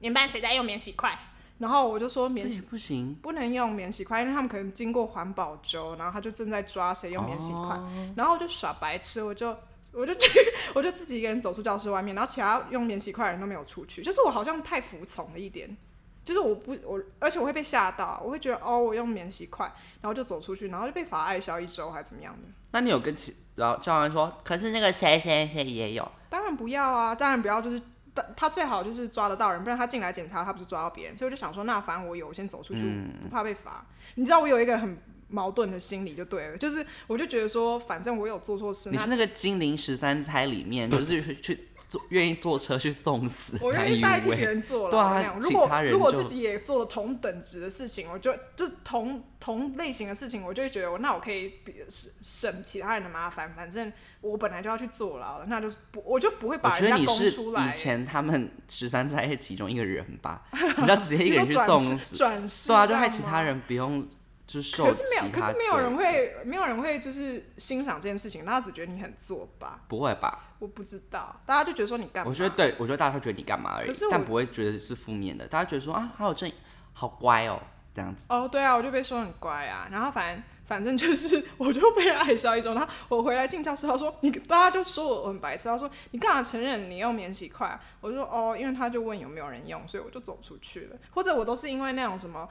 你们班谁在用免洗筷？然后我就说
这
免洗
也不行。
不能用免洗筷，因为他们可能经过环保周，然后他就正在抓谁用免洗筷，然后我就耍白痴，我就我就去， 我就自己一个人走出教室外面，然后其他用免洗筷的人都没有出去，就是我好像太服从了一点，就是我不我，而且我会被吓到，我会觉得哦，我用免洗筷，然后就走出去，然后就被罚爱消一周还是怎么样的。
那你有跟其然后教官说，可是那个谁谁谁也有，
当然不要啊，当然不要，就是他他最好就是抓得到人，不然他进来检查，他不是抓到别人。所以我就想说，那反正我有，我先走出去，
嗯
不怕被罚。你知道我有一个很矛盾的心理就对了，就是我就觉得说，反正我有做错事，
你是那
个
个精灵十三钗里面，就是去 去坐愿意坐车去送死，
我愿意代替别人做了。
对啊
我跟你讲如
请
果
他人
如果
就
自己也做了同等值的事情，我就就同同类型的事情，我就会觉得我那我可以比省省其他人的麻烦，反正我本来就要去坐牢了，那就是不我就不会
我
把
觉
人
得
家
你
供
是
出来。
以前他们十三钗的其中一个人 吧，你要直接
你
一个
说
人去
转
送
世
死，
转世
对啊，
这
就
样
害其
吗
他人不用就受
可是
其
没有，可
他
是没有
罪
人会，没有人会就是欣赏这件事情，大家只觉得你很作吧？
不会吧？
我不知道，大家就觉得说你干嘛？
我觉得对，我觉得大家会觉得你干嘛而已
可是，我
但不会觉得是负面的。大家觉得说啊，好有正，好乖哦，这样子。
哦，对啊，我就被说很乖啊，然后反反正就是 我就被爱笑一周，然后我回来进教室，他说你，大家就说我很白痴，他说你干嘛承认你用免洗筷、啊？我就说哦，因为他就问有没有人用，所以我就走出去了，或者我都是因为那种什么。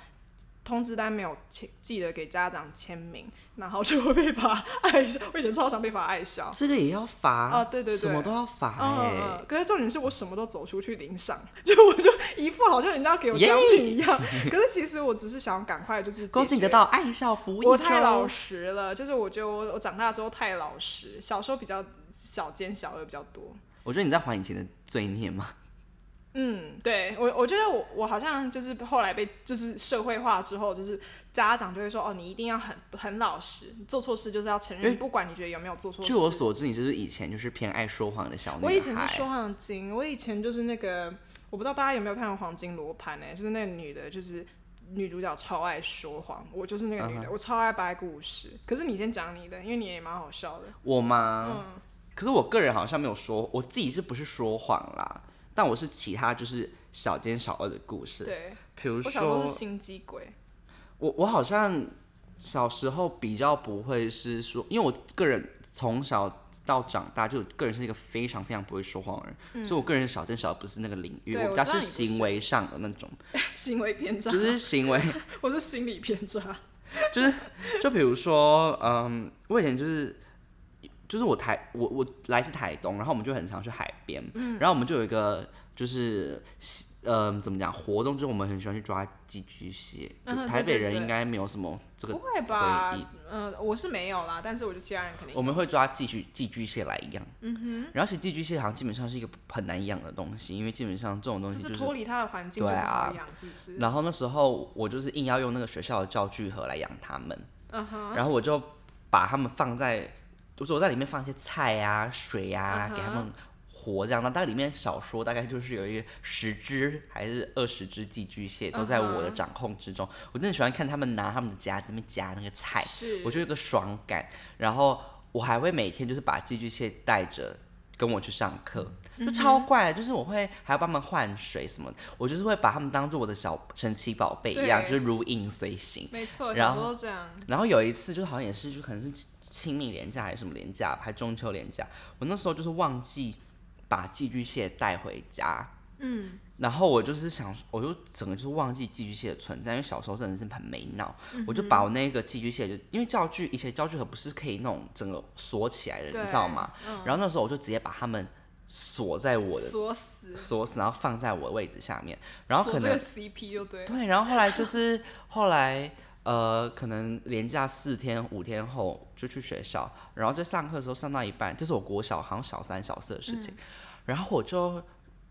通知单没有签记得给家长签名，然后就会被罚爱笑。我以前超常被罚爱笑，
这个也要罚
啊哦对对对
什么都要罚哎、
嗯，嗯可是重点是我什么都走出去领赏，就我就一副好像人家要给我奖品一样。可是其实我只是想赶快就是
恭
解
喜你
决
得到爱校服务一周。
我太老实了，就是我觉得我我长大之后太老实，小时候比较小奸小恶比较多。
我觉得你在还以前的罪孽吗？
嗯，对我我觉得我我好像就是后来被就是社会化之后，就是家长就会说哦，你一定要很很老实，你做错事就是要承
因
认，
为
不管你觉得有没有做错事。
哎据我所知，你就是以前就是偏爱说谎的小女孩。
我以前是说谎精，我以前就是那个，我不知道大家有没有看过《黄金罗盘》呢？就是那个女的，就是女主角超爱说谎，我就是那个
嗯
女的我超爱掰故事。可是你先讲你的，因为你也蛮好笑的。
我吗？
嗯
可是我个人好像没有说，我自己是不是说谎啦？但我是其他就是小奸小恶的故事，
对，
比如
我
说
小时候是心机鬼，
我我好像小时候比较不会是说，因为我个人从小到长大，就我个人是一个非常非常不会说谎的人，所以我个人小奸小恶不是那个领域，
嗯对
比
我
较
知道你
是
不是
行为上的那种，
行为偏差，
就是行 为，
我是心理偏差。
就比如说，嗯，我以前就是。就是我台我我来自台东，然后我们就很常去海边，
嗯
然后我们就有一个就是呃怎么讲活动，就是我们很喜欢去抓寄居蟹，
嗯
就
对
台北
对
人
对
应该没有什么这个
不会吧
回忆？
嗯、我是没有啦，但是我就其他人肯定
我们会抓寄居寄居蟹来养，嗯哼，然后其实寄居蟹好像基本上是一个很难养的东西，因为基本上这种东西
就是
就是，
脱离他的环境就
对
不
啊
好养，是不是？
然后那时候我就是硬要用那个学校的教具盒来养它们，
嗯
然后我就把它们放在，就是我在里面放一些菜啊、水啊
嗯哼
给它们活这样，那大概里面少说大概就是有一个十只还是二十只寄居蟹都在我
嗯
的
哼
掌控之中，我真的喜欢看它们拿它们的夹子在那边夹那个菜，
是，
我就有一个爽感。然后我还会每天就是把寄居蟹带着跟我去上课，
嗯
就超怪，就是我会还要帮他们换水什么的，我就是会把他们当做我的小神奇宝贝一样，
对
就是如影随形。
没错，
然
小
后
时候这样，
然后有一次就好像也是，就可能是清明连假还是什么连假，还中秋连假，我那时候就是忘记把寄居蟹带回家。嗯，然后我就是想，我就整个就是忘记寄居蟹的存在，因为小时候真的是很没脑，
嗯
我就把我那个寄居蟹就因为教具以前教具盒不是可以那种整个锁起来的，
对嗯
你知道吗？然后那时候我就直接把它们锁在我的
锁死，
锁死，然后放在我的位置下面，然后
锁
可
这
能
个 CP 就对了，
对，啊然后后来就是后来呃，可能连假四天五天后就去学校，然后在上课的时候上到一半，就是我国小好像小三小四的事情，然后我就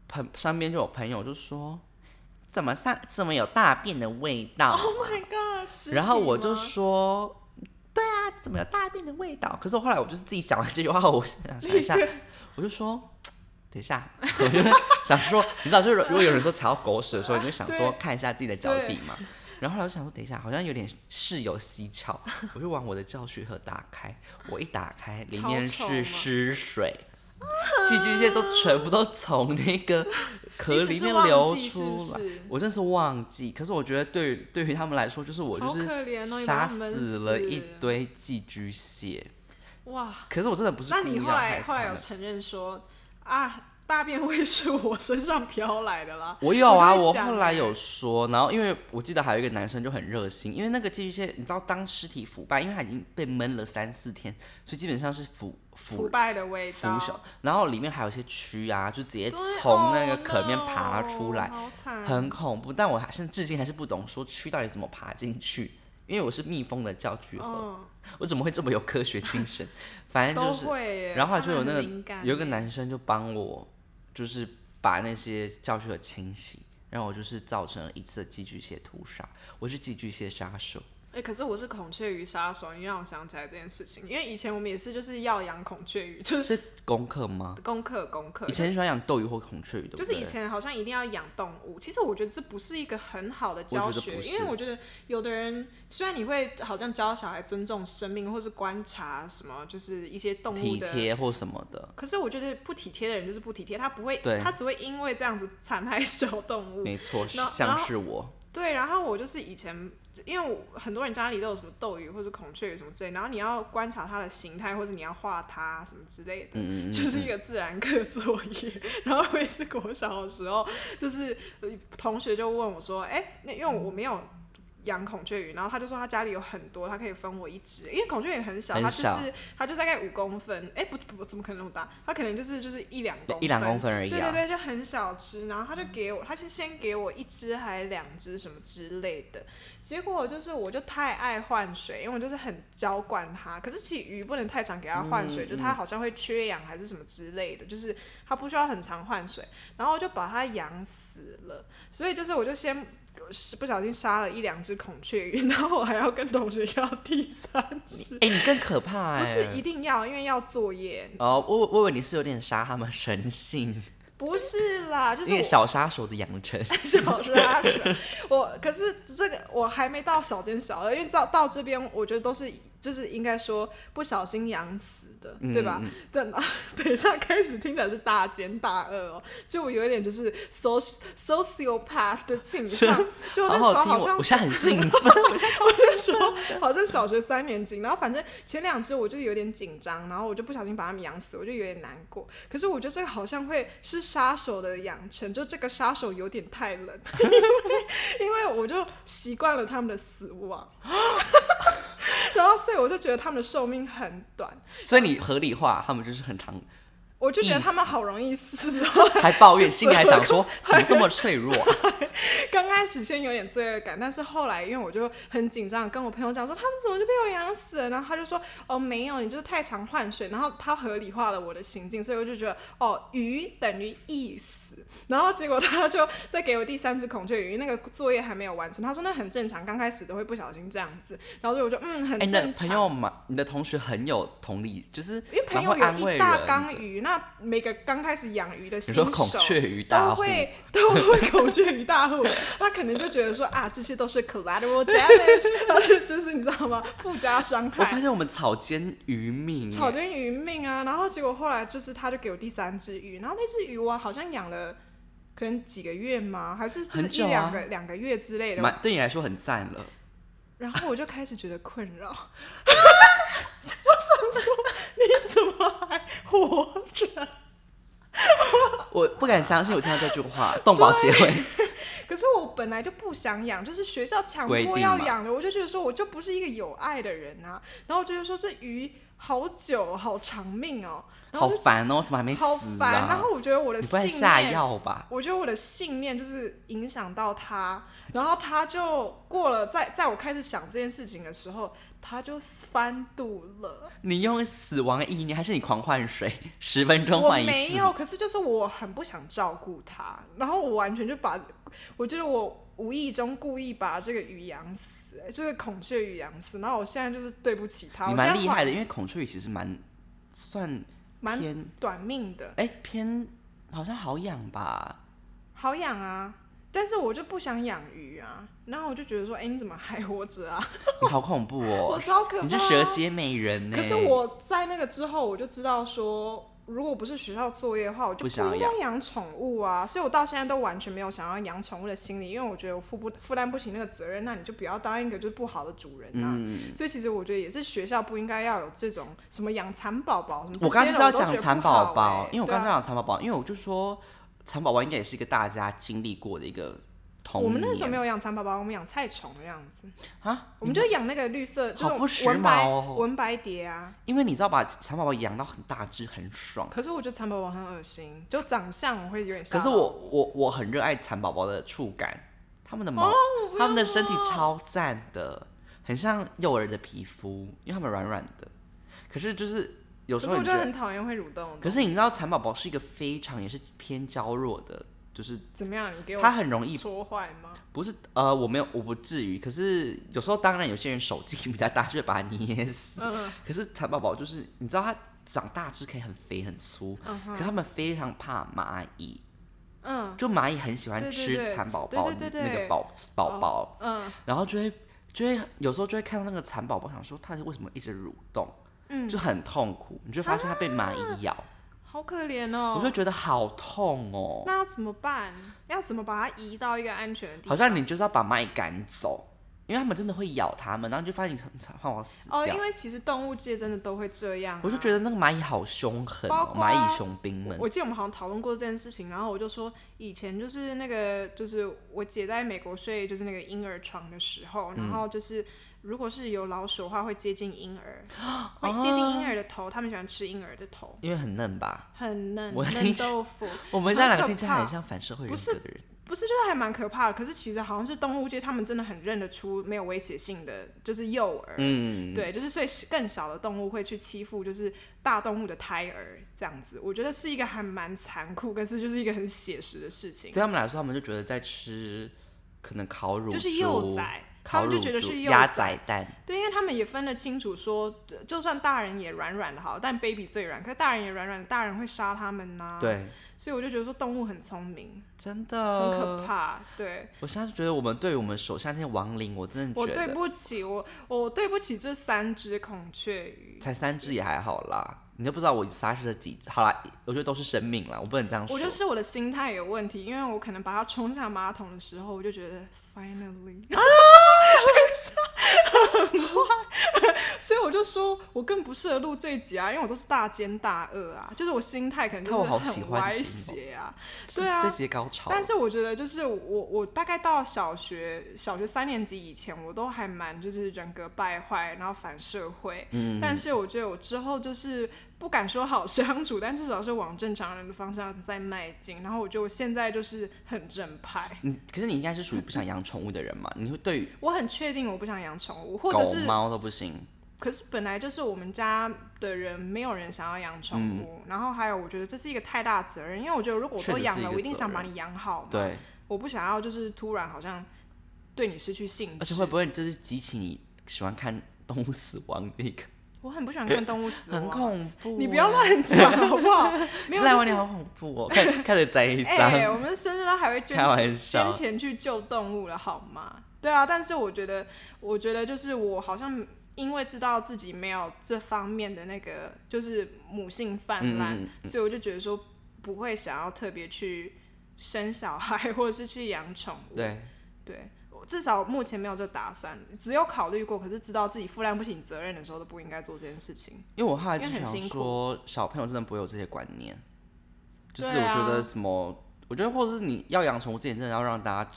朋身边就有朋友就说。怎么上？怎么有大便的味道
Oh my god！实
然后
体
我
吗
就说：“对啊，怎么有大便的味道？”可是我后来我就是自己想完这句话，我想想一 下，我就说：“等一下。”我就想说，你知道，就是如果有人说踩到狗屎的时候，你就想说
对
看一下自己的脚底嘛。然后后来我就想说，等一下，好像有点事有蹊跷，我就往我的教学盒打开，我一打开，里
超
面
臭
是
吗
湿水。寄居蟹都全部都从那个壳
你只
里
是
面
忘
流
记是
出
不
来，
是
我真是忘记。可是我觉得对于对于他们来说，就是我就
好
是
可怜哦你把
杀
它闷
死了
死
一堆寄居蟹。
哇，
可是我真的不是
那
故
你
意
后
要
来
害死
后来
他
有
们。
承认说啊，大便味是我身上飘来的啦。
我有啊，
我就会
我
讲
后来
欸
有说，然后因为我记得还有一个男生就很热心，因为那个寄居蟹，你知道当尸体腐败，因为它已经被闷了三四天，所以基本上是腐
腐
腐
败的味
腐
道，
朽，然后里面还有一些蛆啊，就直接
对
从那个
oh
壳里面爬出
no，
来，
好惨，
很恐怖。但我还是至今还是不懂说蛆到底怎么爬进去，因为我是蜜蜂的教具盒，
嗯，
我怎么会这么有科学精神？反正
都
就是，
会啊耶。
然后后来
他
就有
们
那
很
个
敏感
有一个
耶
男生就帮我，就是把那些教具盒清洗，然后我就是造成了一次的寄居蟹屠杀，我是寄居蟹杀手。
哎、可是我是孔雀鱼杀手，你让我想起来这件事情，因为以前我们也是就是要养孔雀鱼， 就是
是功课吗？
功课功课。
啊以前很喜欢养斗鱼或孔雀鱼，对不
就
对？
是以前好像一定要养动物，其实我觉得这不是一个很好的教
我觉得
学，
不是
因为我觉得有的人虽然你会好像教小孩尊重生命，或是观察什么，就是一些动物
体
的。
贴或什么的，
可是我觉得不体贴的人就是不体贴，他不会
对，
他只会因为这样子残害小动物。
没错，
然后
像是我，
对，然后我就是以前，因为我很多人家里都有什么斗鱼或者孔雀鱼什么之类，然后你要观察它的形态，或者你要画它什么之类的，
嗯嗯嗯
就是一个自然课作业。 然后我也是国小的时候，就是呃同学就问我说：“哎、那因为我没有。”养孔雀鱼，然后他就说他家里有很多，他可以分我一只，因为孔雀鱼很小，
很
它就
小
是它就大概五公分，哎、不不不，怎么可能那么大？它可能就是就是一两公
一两公分而已
对
啊
对。对，就很小只，然后他就给我，他是先给我一只还两只什么之类的，结果就是我就太爱换水，因为我就是很娇惯它，可是其实鱼不能太常给它换
嗯
水，就它好像会缺氧还是什么之类的，就是它不需要很常换水，然后我就把它养死了，所以就是我就先。不小心杀了一两只孔雀鱼，然后我还要跟同学要第三只，
哎、你更可怕哎、
不是一定要，因为要作业，
哦，我我以为你是有点杀他们神性，
不是啦，就是
有
我
点小杀手的养 成。
小学啊，我可是这个我还没到小奸小恶，因为到到这边，我觉得都是就是应该说不小心养死的，
嗯
对吧？等 等一下开始听起来是大奸大恶哦，就我有一点就是 soc sociopath 的倾向，就我那
好
时候
听，
好像
我我现在很兴奋。
我是说，好像小学三年级，然后反正前两只我就有点紧张，然后我就不小心把它们养死，我就有点难过。可是我觉得这个好像会是杀手的养成，就这个杀手有点太冷， 因为因为我就习惯了他们的死亡， 然后所以我就觉得他们的寿命很短，
所以你合理化，他们就是很长，
我就觉得
意
他们好容易死哦。
还抱怨，心里还 想说怎么这么脆弱、啊？
刚开始先有点罪恶感，但是后来因为我就很紧张，跟我朋友讲说他们怎么就被我养死了，然后他就说哦没有，你就是太常换水，然后他合理化了我的行径，所以我就觉得哦鱼等于一死，然后结果他就再给我第三只孔雀鱼，那个作业还没有完成。他说那很正常，刚开始都会不小心这样子。然后所以我就嗯很
哎、你的
正
朋
常。
友嘛，你的同学很有同理，就是
因为朋
蛮
友
会安
有
慰
一
人
大
的。
缸鱼，那每个刚开始养鱼的
你
新手
说孔雀鱼大
都
户，
会 都会孔雀鱼大户，他可能就觉得说啊，这些都是 collateral damage，他 就就是你知道吗？附加伤
我发
害。
现我们草菅鱼命耶，
草菅鱼命啊！然后结果后来就是，他就给我第三只鱼，然后那只鱼我好像养了可能几个月嘛，还是就是
很
一
久啊
两个两、个月之类的。
蛮对你来说很赞了。
然后我就开始觉得困扰，我想说你怎么还活着？
我不敢相信我听到这句 话，动保协会。
可是我本来就不想养，就是学校强迫
规定
要
嘛
养的，我就觉得说我就不是一个有爱的人啊。然后我就是说这鱼好久好长命哦，然
好
后我就
烦哦，怎么还没死
好
啊？
烦。然后我觉得我的
你不会
信
下
念，
药吧？
我觉得我的信念就是影响到他，然后他就过了，在在我开始想这件事情的时候，他就翻肚了。
你用死亡的意念，还是你狂换水， 十分钟
我
换一次？
没有，可是就是我很不想照顾它，然后我完全就把，我觉得我无意中故意把这个鱼养死、欸，就是孔雀鱼养死，然后我现在就是对不起它，
你
我
蛮
现
厉
在怀
害的，因为孔雀鱼其实蛮算
蛮
偏
短命的，
哎、偏好像好养 吧？
好养啊，但是我就不想养鱼啊，然后我就觉得说，哎、你怎么还活着啊？
你好恐怖
我
哦！
超可怕、啊
你是蛇欸蝎美人呢、
可是我在那个之后，我就知道说，如果不是学校作业的话，我就
不想
应该养宠物啊。所以我到现在都完全没有想要养宠物的心理，因为我觉得我负不负担不起那个责任，那你就不要当一个就是不好的主人啊。
嗯，
所以其实我觉得也是学校不应该要有这种什么养蚕宝宝什么这些的。
我刚刚就是要
都觉
讲
得
蚕
不好
宝宝，
欸
因为我刚刚
对啊
讲蚕宝宝，因为我就说蚕宝宝应该也是一个大家经历过的一个童
我
年。
们那时候没有养蚕宝宝，我们养菜虫的样子，
啊，
我们就养那个绿色，
好不
就
时
是文白
髦哦
文白蝶啊。
因为你知道把蚕宝宝养到很大只，很爽。
可是我觉得蚕宝宝很恶心，就长相我会有点吓
可
到。
是我我我很热爱蚕宝宝的触感，它们的
哦
毛，它们的身体超赞的，很像幼儿的皮肤，因为它们软软的。可是就是有时
可是
候
我
你
就
觉得，
很讨厌会蠕动的东西。
可是你知道蚕宝宝是一个非常也是偏娇弱的，就是
怎么样？你给我
它很容易
戳坏吗？
不是呃我没有我不至于，可是有时候当然有些人手劲 比较大，就会把它捏死。
嗯
可是蚕宝宝就是你知道它长大只可以很肥很粗，
嗯
可它们非常怕蚂蚁。
嗯
就蚂蚁很喜欢
对对
吃
对
蚕宝
对
宝
对
那
对对
个宝宝宝，
嗯
然后就会就会有时候就会看到那个蚕宝宝，想说它为什么一直蠕动，
嗯，
就很痛苦，你就会发现它被蚂蚁咬，
好可怜哦。
我就觉得好痛哦，
那要怎么办？要怎么把它移到一个安全的地方？
好像你就是要把蚂蚁赶走，因为它们真的会咬它们，然后你就发现你蚕蚕宝宝死
哦，
掉
因，为其实动物界真的都会这样啊、
我就觉得那个蚂蚁好凶狠
包
哦，
括
蚂蚁雄兵
我
们，
我记得我们好像讨论过这件事情，然后我就说，以前就是那个，就是我姐在美国睡就是那个婴儿床的时候，然
嗯
后就是如果是有老鼠的话，会接近婴儿，会接近婴儿的头，他们喜欢吃婴儿的头，
因为很嫩吧，
很嫩
哦我
嫩
听
豆腐。
我们这两
好
个
可
听起来很
怕
像反社会
不
人格的人，
不是，就是还蛮可怕的。可是其实好像是动物界，他们真的很认得出没有威胁性的，就是幼儿。
嗯，
对，就是所以更小的动物会去欺负，就是大动物的胎儿这样子。我觉得是一个还蛮残酷，但是就是一个很写实的事情
对。他们来说，他们就觉得在吃可能烤乳
就
猪，
是幼崽，他
烤
们
乳
就
猪
觉得是幼
鸭
崽。
仔蛋，
对，因为他们也分得清楚说，呃就算大人也软软的好，但 baby 最软，可是大人也软软的，大人会杀他们呐、，
对，
所以我就觉得说动物很聪明，
真
很
的
可。怕。对，
我现在觉得我们对我们手下那些亡灵，我真的
我
觉
对
得
不起，我我对不起这三只孔雀鱼。
才三只也还好啦。你都不知道我杀死了几只，好啦，我觉得都是生命啦，我不能这样说。
我就是我的心态有问题，因为我可能把它冲下马桶的时候，我就觉得 finally 啊，所以我就说我更不适合录这一集啊，因为我都是大奸大恶啊，就是我心态可能就
但我
是
好喜
很
欢
歪
听哦
斜啊，
是
对啊
这些高潮。
但是我觉得，就是我我大概到小学小学三年级以前，我都还蛮就是人格败坏，然后反社会。嗯，但是我觉得我之后就是不敢说好相处， 但至少是往正常人的方向在迈进。然后我觉得我现在就是很正派，
你，可是你应该是属于不想养宠物的人嘛？你会对于
我很确定我不想养宠物，或者
狗
是
猫都不行，
可是本来就是我们家的人，没有人想要养宠物。然后还有，我觉得这是一个太大的责任，因为我觉得如果我
嗯确
都
实是
养
一
了，
个
我一定
责
想把
任
你养好嘛。
对，
我不想要就是突然好像对你失去兴致。
而且会不会就是激起你喜欢看动物死亡的 一个？
我很不喜欢看动物死亡，啊
很恐怖
你不
欸
要乱讲好不 好？没有，
赖
就
完你
是
好恐怖哦，看看着在一张，
哎、我们生日都还会捐
开玩
钱捐
笑
钱去救动物了，好吗？对啊，但是我觉得，我觉得就是我好像因为知道自己没有这方面的那个就是母性泛滥，
嗯嗯
所以我就觉得说不会想要特别去生小孩或者是去养宠物。
对，
对，我至少目前没有这打算，只有考虑过，可是知道自己负担不起责任的时候都不应该做这件事情。
因为我后来就
因为
想
很辛苦
说，小朋友真的不会有这些观念，就是
对
我
啊
觉得什么，我觉得或者是你要养宠物之前，真的要让大家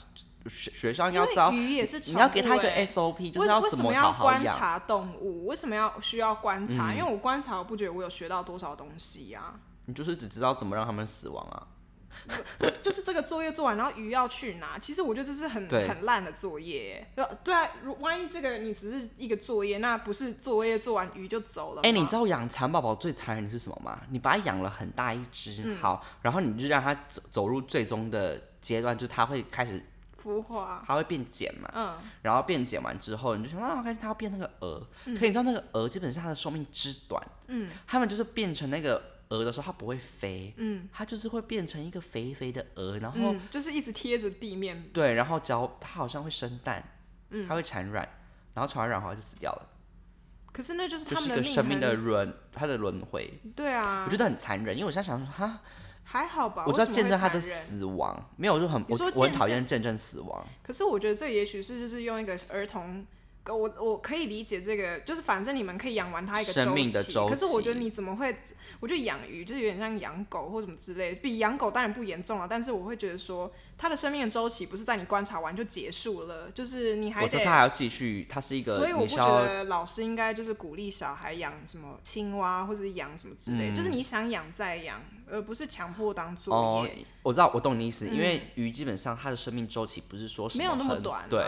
学学校应
因
该要
为
知道，
鱼也是宠物、欸，
你要给他一个 SOP，就是
为
要
为
怎
什么
好
要
好
观
养。嗯
察动物？为什么要需要观察？因为我观察，我不觉得我有学到多少东西啊呀、
你就是只知道怎么让他们死亡啊，
就是这个作业做完，然后鱼要去哪？其实我觉得这是很
对
很烂的作业。对对啊，如万一这个你只是一个作业，那不是作业做完鱼就走了吗？
哎、你知道养蚕宝宝最残忍的是什么吗？你把它养了很大一只，
嗯
好，然后你就让它走走入最终的阶段，就是它会开始，
孵化，
它会变茧嘛，
嗯，
然后变茧完之后，你就想啊，好开心它要变那个蛾，
嗯
可你知道那个蛾基本上它的寿命之短，嗯，它们就是变成那个蛾的时候，它不会飞，嗯，它就是会变成一个肥肥的蛾，然后、
嗯，就是一直贴着地面，
对，然后交它好像会生蛋，嗯，它会产卵，然后产完卵后它就死掉了。
可是那就是
就
他
是
们的
一个
命
生命的
很
轮，它的轮回，
对啊，
我觉得很残忍。因为我现在想说，哈，
还好吧，
我
为
就要
什么
见
会
证他的
残忍
死亡，没有，我就很
你
我
说
我很
见
讨厌见证死亡。
可是我觉得这也许是就是用一个儿童，呃我我可以理解这个，就是反正你们可以养完它一个周期
生命的周期
可是我觉得你怎么会？我觉得养鱼就是有点像养狗或什么之类，比养狗当然不严重了，但是我会觉得说它的生命的周期不是在你观察完就结束了，就是你还
我知道
得。
他还要继续，他是一个
所以我
你
不
是
觉
要
得老师应该就是鼓励小孩养什么青蛙或者是养什么之类，
嗯
就是你想养再养，而不是强迫当作
哦
业。，
我知道我懂你意思，因为鱼基本上它的生命周期不是说什
嗯没有那么
很
短啊
对，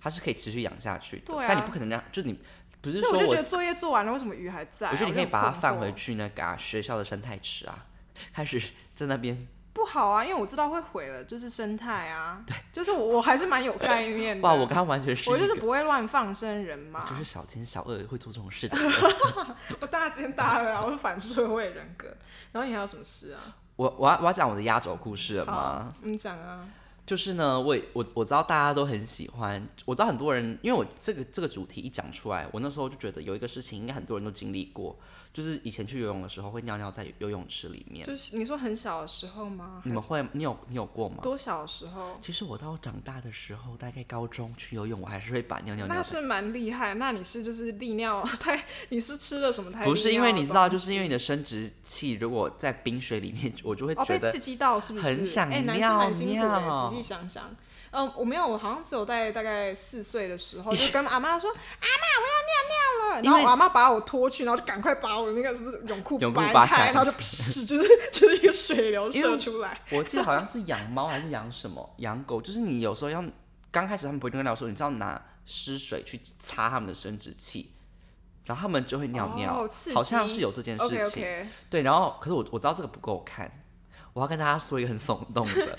它是可以持续养下去的，
对啊
但你不可能让就你不是
所以
说
我就觉
我
得作业做完了，为什么鱼还在啊？
我觉得你可以
就很
把它
困
放
惑
回去那个、啊、学校的生态池啊，开始在那边
不好啊，因为我知道会毁了，就是生态 啊。对，就是我我还是蛮有概念的。
哇，我刚刚完全是
我
一
就是
个。
不会乱放生人嘛
我，就是小奸小恶会做这种事的人，
我大奸大恶啊，我是反社会人格。然后你还有什么事啊？
我我要我要讲我的压轴故事了吗？
好，你讲啊。
就是呢，我也我我知道大家都很喜欢，我知道很多人，因为我这个这个主题一讲出来，我那时候就觉得有一个事情应该很多人都经历过，就是以前去游泳的时候会尿尿在游泳池里面。
就是你说很小的时候吗？
你们
还是
会你有你有过吗？
多小的时候？
其实我到长大的时候，大概高中去游泳，我还是会把尿尿
那
尿。
是蛮厉害，那你是就是利尿 太，你是吃了什么太？
不是因为你知道，就是因
为
为你的生殖器如果在冰水里面，我就会
哦
觉
被
得
刺激到是不是？
很想
哎，男生蛮辛苦
尿
的，
尿
仔细想想。嗯，我没有，我好像只有在大概四岁的时候 就跟阿妈说，然
因
后
为
我阿妈把我拖去，然后就赶快把我的那个就是泳裤
泳裤
掰
扒起
开，
来
然后就 噗，就是就是一个水流
因为
射出来。
我记得好像是养猫还是养什么养狗，就是你有时候要刚开始他们不会尿尿的时候，你知道拿湿水去擦他们的生殖器，然后他们就会尿尿，
哦刺激
好像是有这件事情。
OK OK，
对，然后可是我我知道这个不够看，我要跟大家说一个很耸动 的。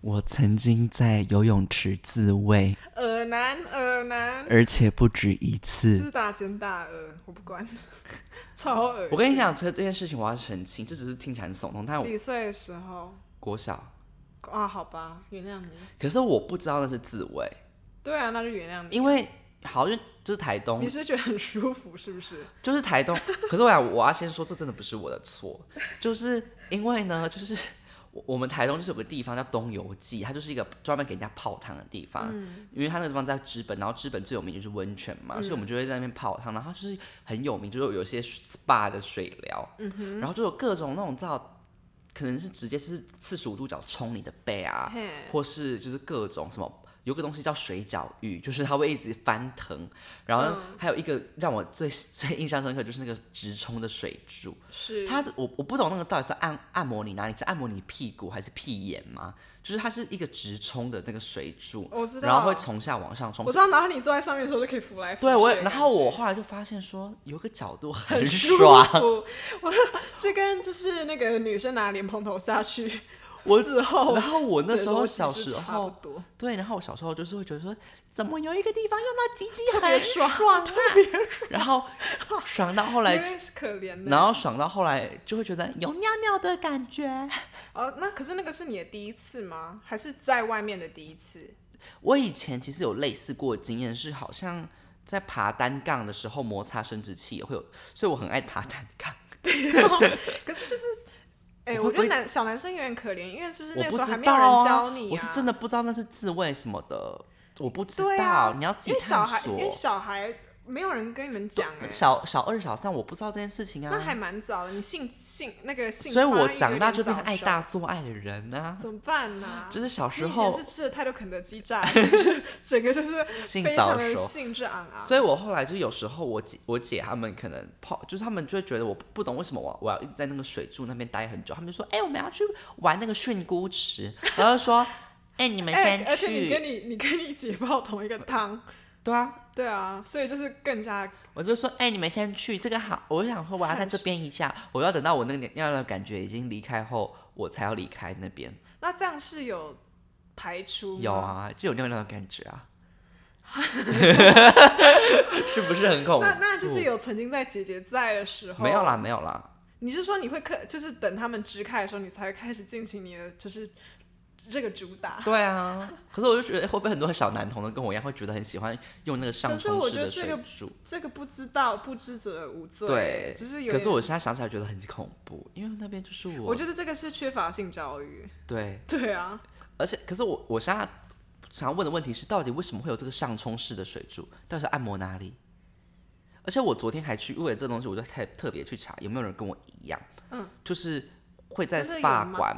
我曾经在游泳池自慰，
耳呃男耳男，
而且不止一
这
次。
是大奸大恶，我不管， 超恶心。
我跟你讲，这这件事情我要澄清，这只是听起来很耸动，但我
几岁的时候
国小，
啊？好吧，原谅你。
可是我不知道那是自慰，
对啊，那就原谅你。
因为好像就是台东
你是觉得很舒服是不是？
就是台东，可是我想我要先说，这真的不是我的错，就是因为呢，就是 我我们台东就是有个地方叫东游记，它就是一个专门给人家泡汤的地方，因为它那个地方在知本，然后知本最有名就是温泉嘛，所以我们就会在那边泡汤，然后它就是很有名，就是有一些 SPA 的水疗，然后就有各种那种叫。可能是直接是四十五度角冲你的背啊
嘿，
或是就是各种什么有个东西叫水饺浴，就是它会一直翻腾。然后还有一
嗯
个让我最最印象深刻就是那个直冲的水柱，
是
它我我不懂那个到底是按按摩你哪里，是按摩你屁股还是屁眼吗？就是它是一个直冲的那个水柱，
我知道
然后会从下往上冲
我。知道，然后你坐在上面的时候就可以浮来浮去
对
的
我
感
也，
觉。
然后我后来就发现说，有个角度很
舒
爽，
服，我 这跟就是那个女生拿莲蓬头下去，
我
伺候。
然后我那时候小
时
时
差不
候，
多，
对，然后我小时候就是会觉得说，怎么有一个地方用到鸡鸡
特
很
别
爽，
啊
爽，特别
然后爽到后
因
来，
为是可怜的。
然后爽到后来就会觉得有
尿尿的感觉。
哦，那可是那个是你的第一次吗？还是在外面的第一次？
我以前其实有类似过的经验，是好像在爬单杠的时候摩擦生殖器也会有，所以我很爱爬单杠。
可是就是，哎、
我
我
会
觉得
不会
男小男生有点可怜，因为是不是
我
那个
不
时候
知
还没有
道
人
啊，
教你、啊
我是真的不知道那是自慰什么的，我不知
对
道，
啊，
你要自
因
己
为小
探
孩，因
索
为。小孩没有人跟你们讲哎、
小小二、小三，我不知道这件事情
那还
啊，
蛮早的，你性性那个性，
所以我长大就变成爱，大做爱的人啊。
怎么办呢、啊？
就是小时
你以前
候
是吃了太多肯德基炸 鸡，就是整个就是
性
非
早
常的
熟
兴致盎盎。
所以我后来就有时候我姐我姐他们可能泡，就是他们就会觉得我不不懂为什么我我要一直在那个水柱那边待很久，他们就说，哎、我们要去玩那个蕈菇池，然后就说，哎、你们
哎、
先
而且你
去，
跟你你跟你姐泡同一个汤，
对啊，
对啊，所以就是更加
我就说，哎、你们先去，这个好，我就想说我要在这边一下，我要等到我那个尿尿的感觉已经离开后，我才要离开那边，
那这样是有排出吗
有，啊，就有尿尿的感觉 啊， 是不是很恐怖？
那那就是有曾经在姐姐在的时候
没有啦，。没有啦。
你是说你会开，就是等他们支开的时候，你才会开始进行你的就是这个主 打？
对啊，可是我就觉得会不会很多小男童都跟我一样，会觉得很喜欢用那个上
可是
冲
我
式
觉得
的
这
水
个
柱。
这个不知道，不知者无罪。
对
只是有。
可是我，现在想起来觉得很恐怖，因为那边就是我。
我觉得这个是缺乏性教育。
对，
对啊，
而且可是我我现在常问的问题是，到底为什么会有这个上冲式的水柱？到底是按摩哪里？而且我昨天还去为了这东西，我就特特别去查有没有人跟我一样，嗯，就是会在
真的有
SPA
吗
馆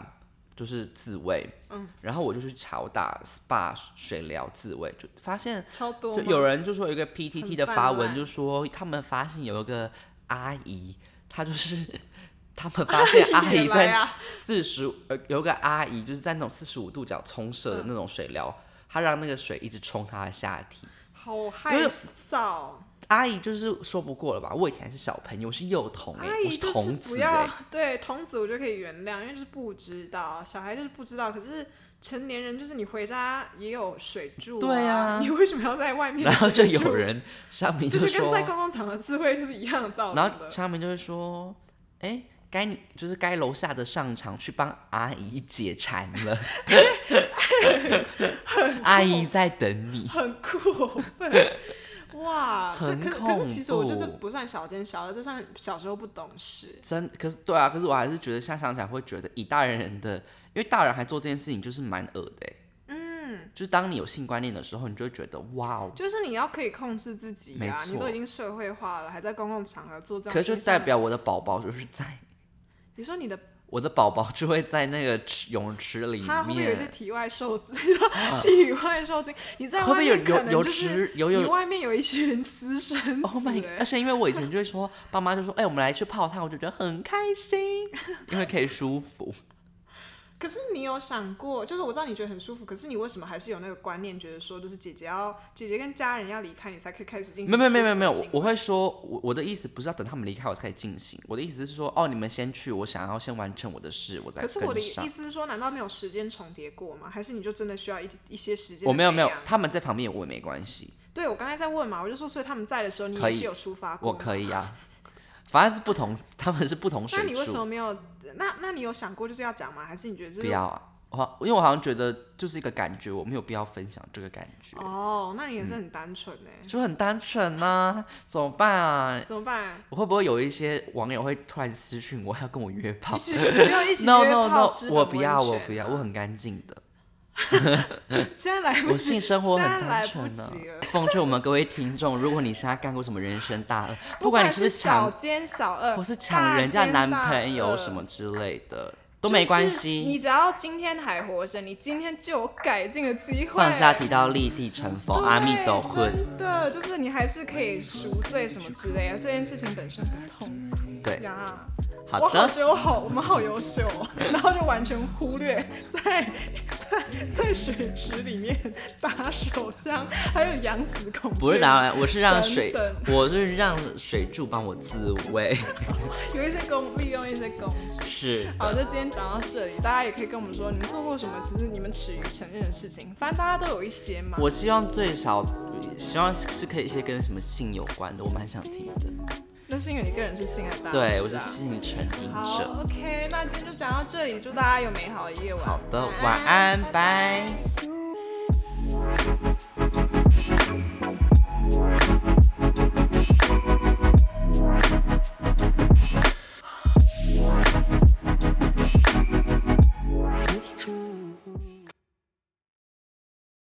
就是自慰，嗯，然后我就去查我打 SPA 水疗自慰，就发现
超多
就
吗。
有 人就说有一个 PTT
很
的
泛
发文，
滥
就说他们发现有一个阿姨，她就是他
啊
们发现阿
也
姨
来
在
啊，
四十呃有一个阿姨就是在那种四十五度角冲射
嗯
的那种水疗，她让那个水一直冲她的下体。
好
因
害
为
臊。
阿姨就是说不过了吧？我以前是小朋友，我是幼童哎、
阿
我
姨就
童
不
子哎、
要对童子，我就可以原谅，因为就是不知道，小孩就是不知道。可是成年人就是你回家也有水柱、
对
啊
啊，
你为什么要在外面？
然后就有，人上面
就
说，
是跟在公共场合自慰 就是一样的道理
然后
的。
上面就会说，哎、该你就是该楼下的上场去帮阿姨解馋了， 阿姨在等你。
很过分，哇！这
很
可可
恐
是其实我觉得这
怖
不算小奸小恶，这算小时候不懂事。
真可是对啊，可是我还是觉得现在想起来会觉得以大人的，因为大人还做这件事情就是蛮恶的、嗯，就是当你有性观念的时候，你就会觉得哇哦，
就是你要可以控制自己
没
呀、
错
你都已经社会化了，还在公共场合做这种
可
事
是
情，
就代表我的宝宝就是在
你说你的
我的宝宝就会在那个池泳池里
他会不会有一些
面，
体外受 精？体外受精，你在
会不
外
会有
面可
有
能
有
就是
池有
你
有
外面有一群私生子、欸。
Oh my！god！而且因为我以前就会说， 爸妈就说：“哎、我们来去泡汤。”我就觉得很 开心，因为可以舒服。
可是你有想过，就是我知道你觉得很舒服，可是你为什么还是有那个观念，觉得说就是姐姐要姐姐跟家人要离开，你才可以开始进行
没有没有没有没有没有，
舒服的
我
行
我会说，我我的意思不是要等他们离开我才进行，我的意思是说，哦，你们先去，我想要先完成我的事，我
可
再跟
是
上。
我的意思是说，难道没有时间重叠过吗？还是你就真的需要一一些时间？
我没有没有，他们在旁边我也没关系，
对我刚才在问嘛，我就说，所以他们在的时候，你
可
也
以
是有抒发过
我
吗。
可以啊。反正是不同，他们是不同
那你
水
为什
柱，
么没有？那那你有想过就是要讲吗？还是你觉得这
不
是
要啊。我因为我好像觉得就是一个感觉，我没有必要分享这个感觉，
哦，那你
嗯
也是很单纯呢、
就很单纯呐、怎么办啊？
怎么办？
我会不会有一些网友会突然私讯我，要跟我约炮
一起没有一起约
？No No
炮
No，
吃
我
粉
不
温
要，我
泉
不要，
啊
我很干净的，
现在来不
我
及，
性生活
现
很
在来
单
不
纯呢
及了。。
奉劝我们各位听众，如果你现在干过什么人生大恶， 不
管
管你是不
是
是抢
小，奸小恶，
或是
大
抢人家
奸
男
大
朋友
恶
什么之类的，都没关系。
就是你只要今天还活着，你今天就有改进的机会。
放下提到立地成佛，
对
阿弥陀佛。
真的就是你还是可以赎罪什么之类的，这件事情本身不痛
对，
呀。
好
我好
的，
觉得我好，我们好优秀哦，然后就完全忽略在在在水池里面打手枪，还有养死孔雀。
不是打完，我是让
等
水，
等
我是让水柱帮我自慰。
有一些工利用一些工具。
是
好，就今天讲到这里，大家也可以跟我们说你们做过什么，其实你们耻于承认的事情，反正大家都有一些嘛。
我希望最少，希望是可以一些跟什么性有关的，我蛮想听的。
那是因为你个人是性爱大师、啊，
对，我是性成瘾
好
者。
，OK，那今天就讲到这里，祝大家有美好的夜晚。
好的，晚安，拜。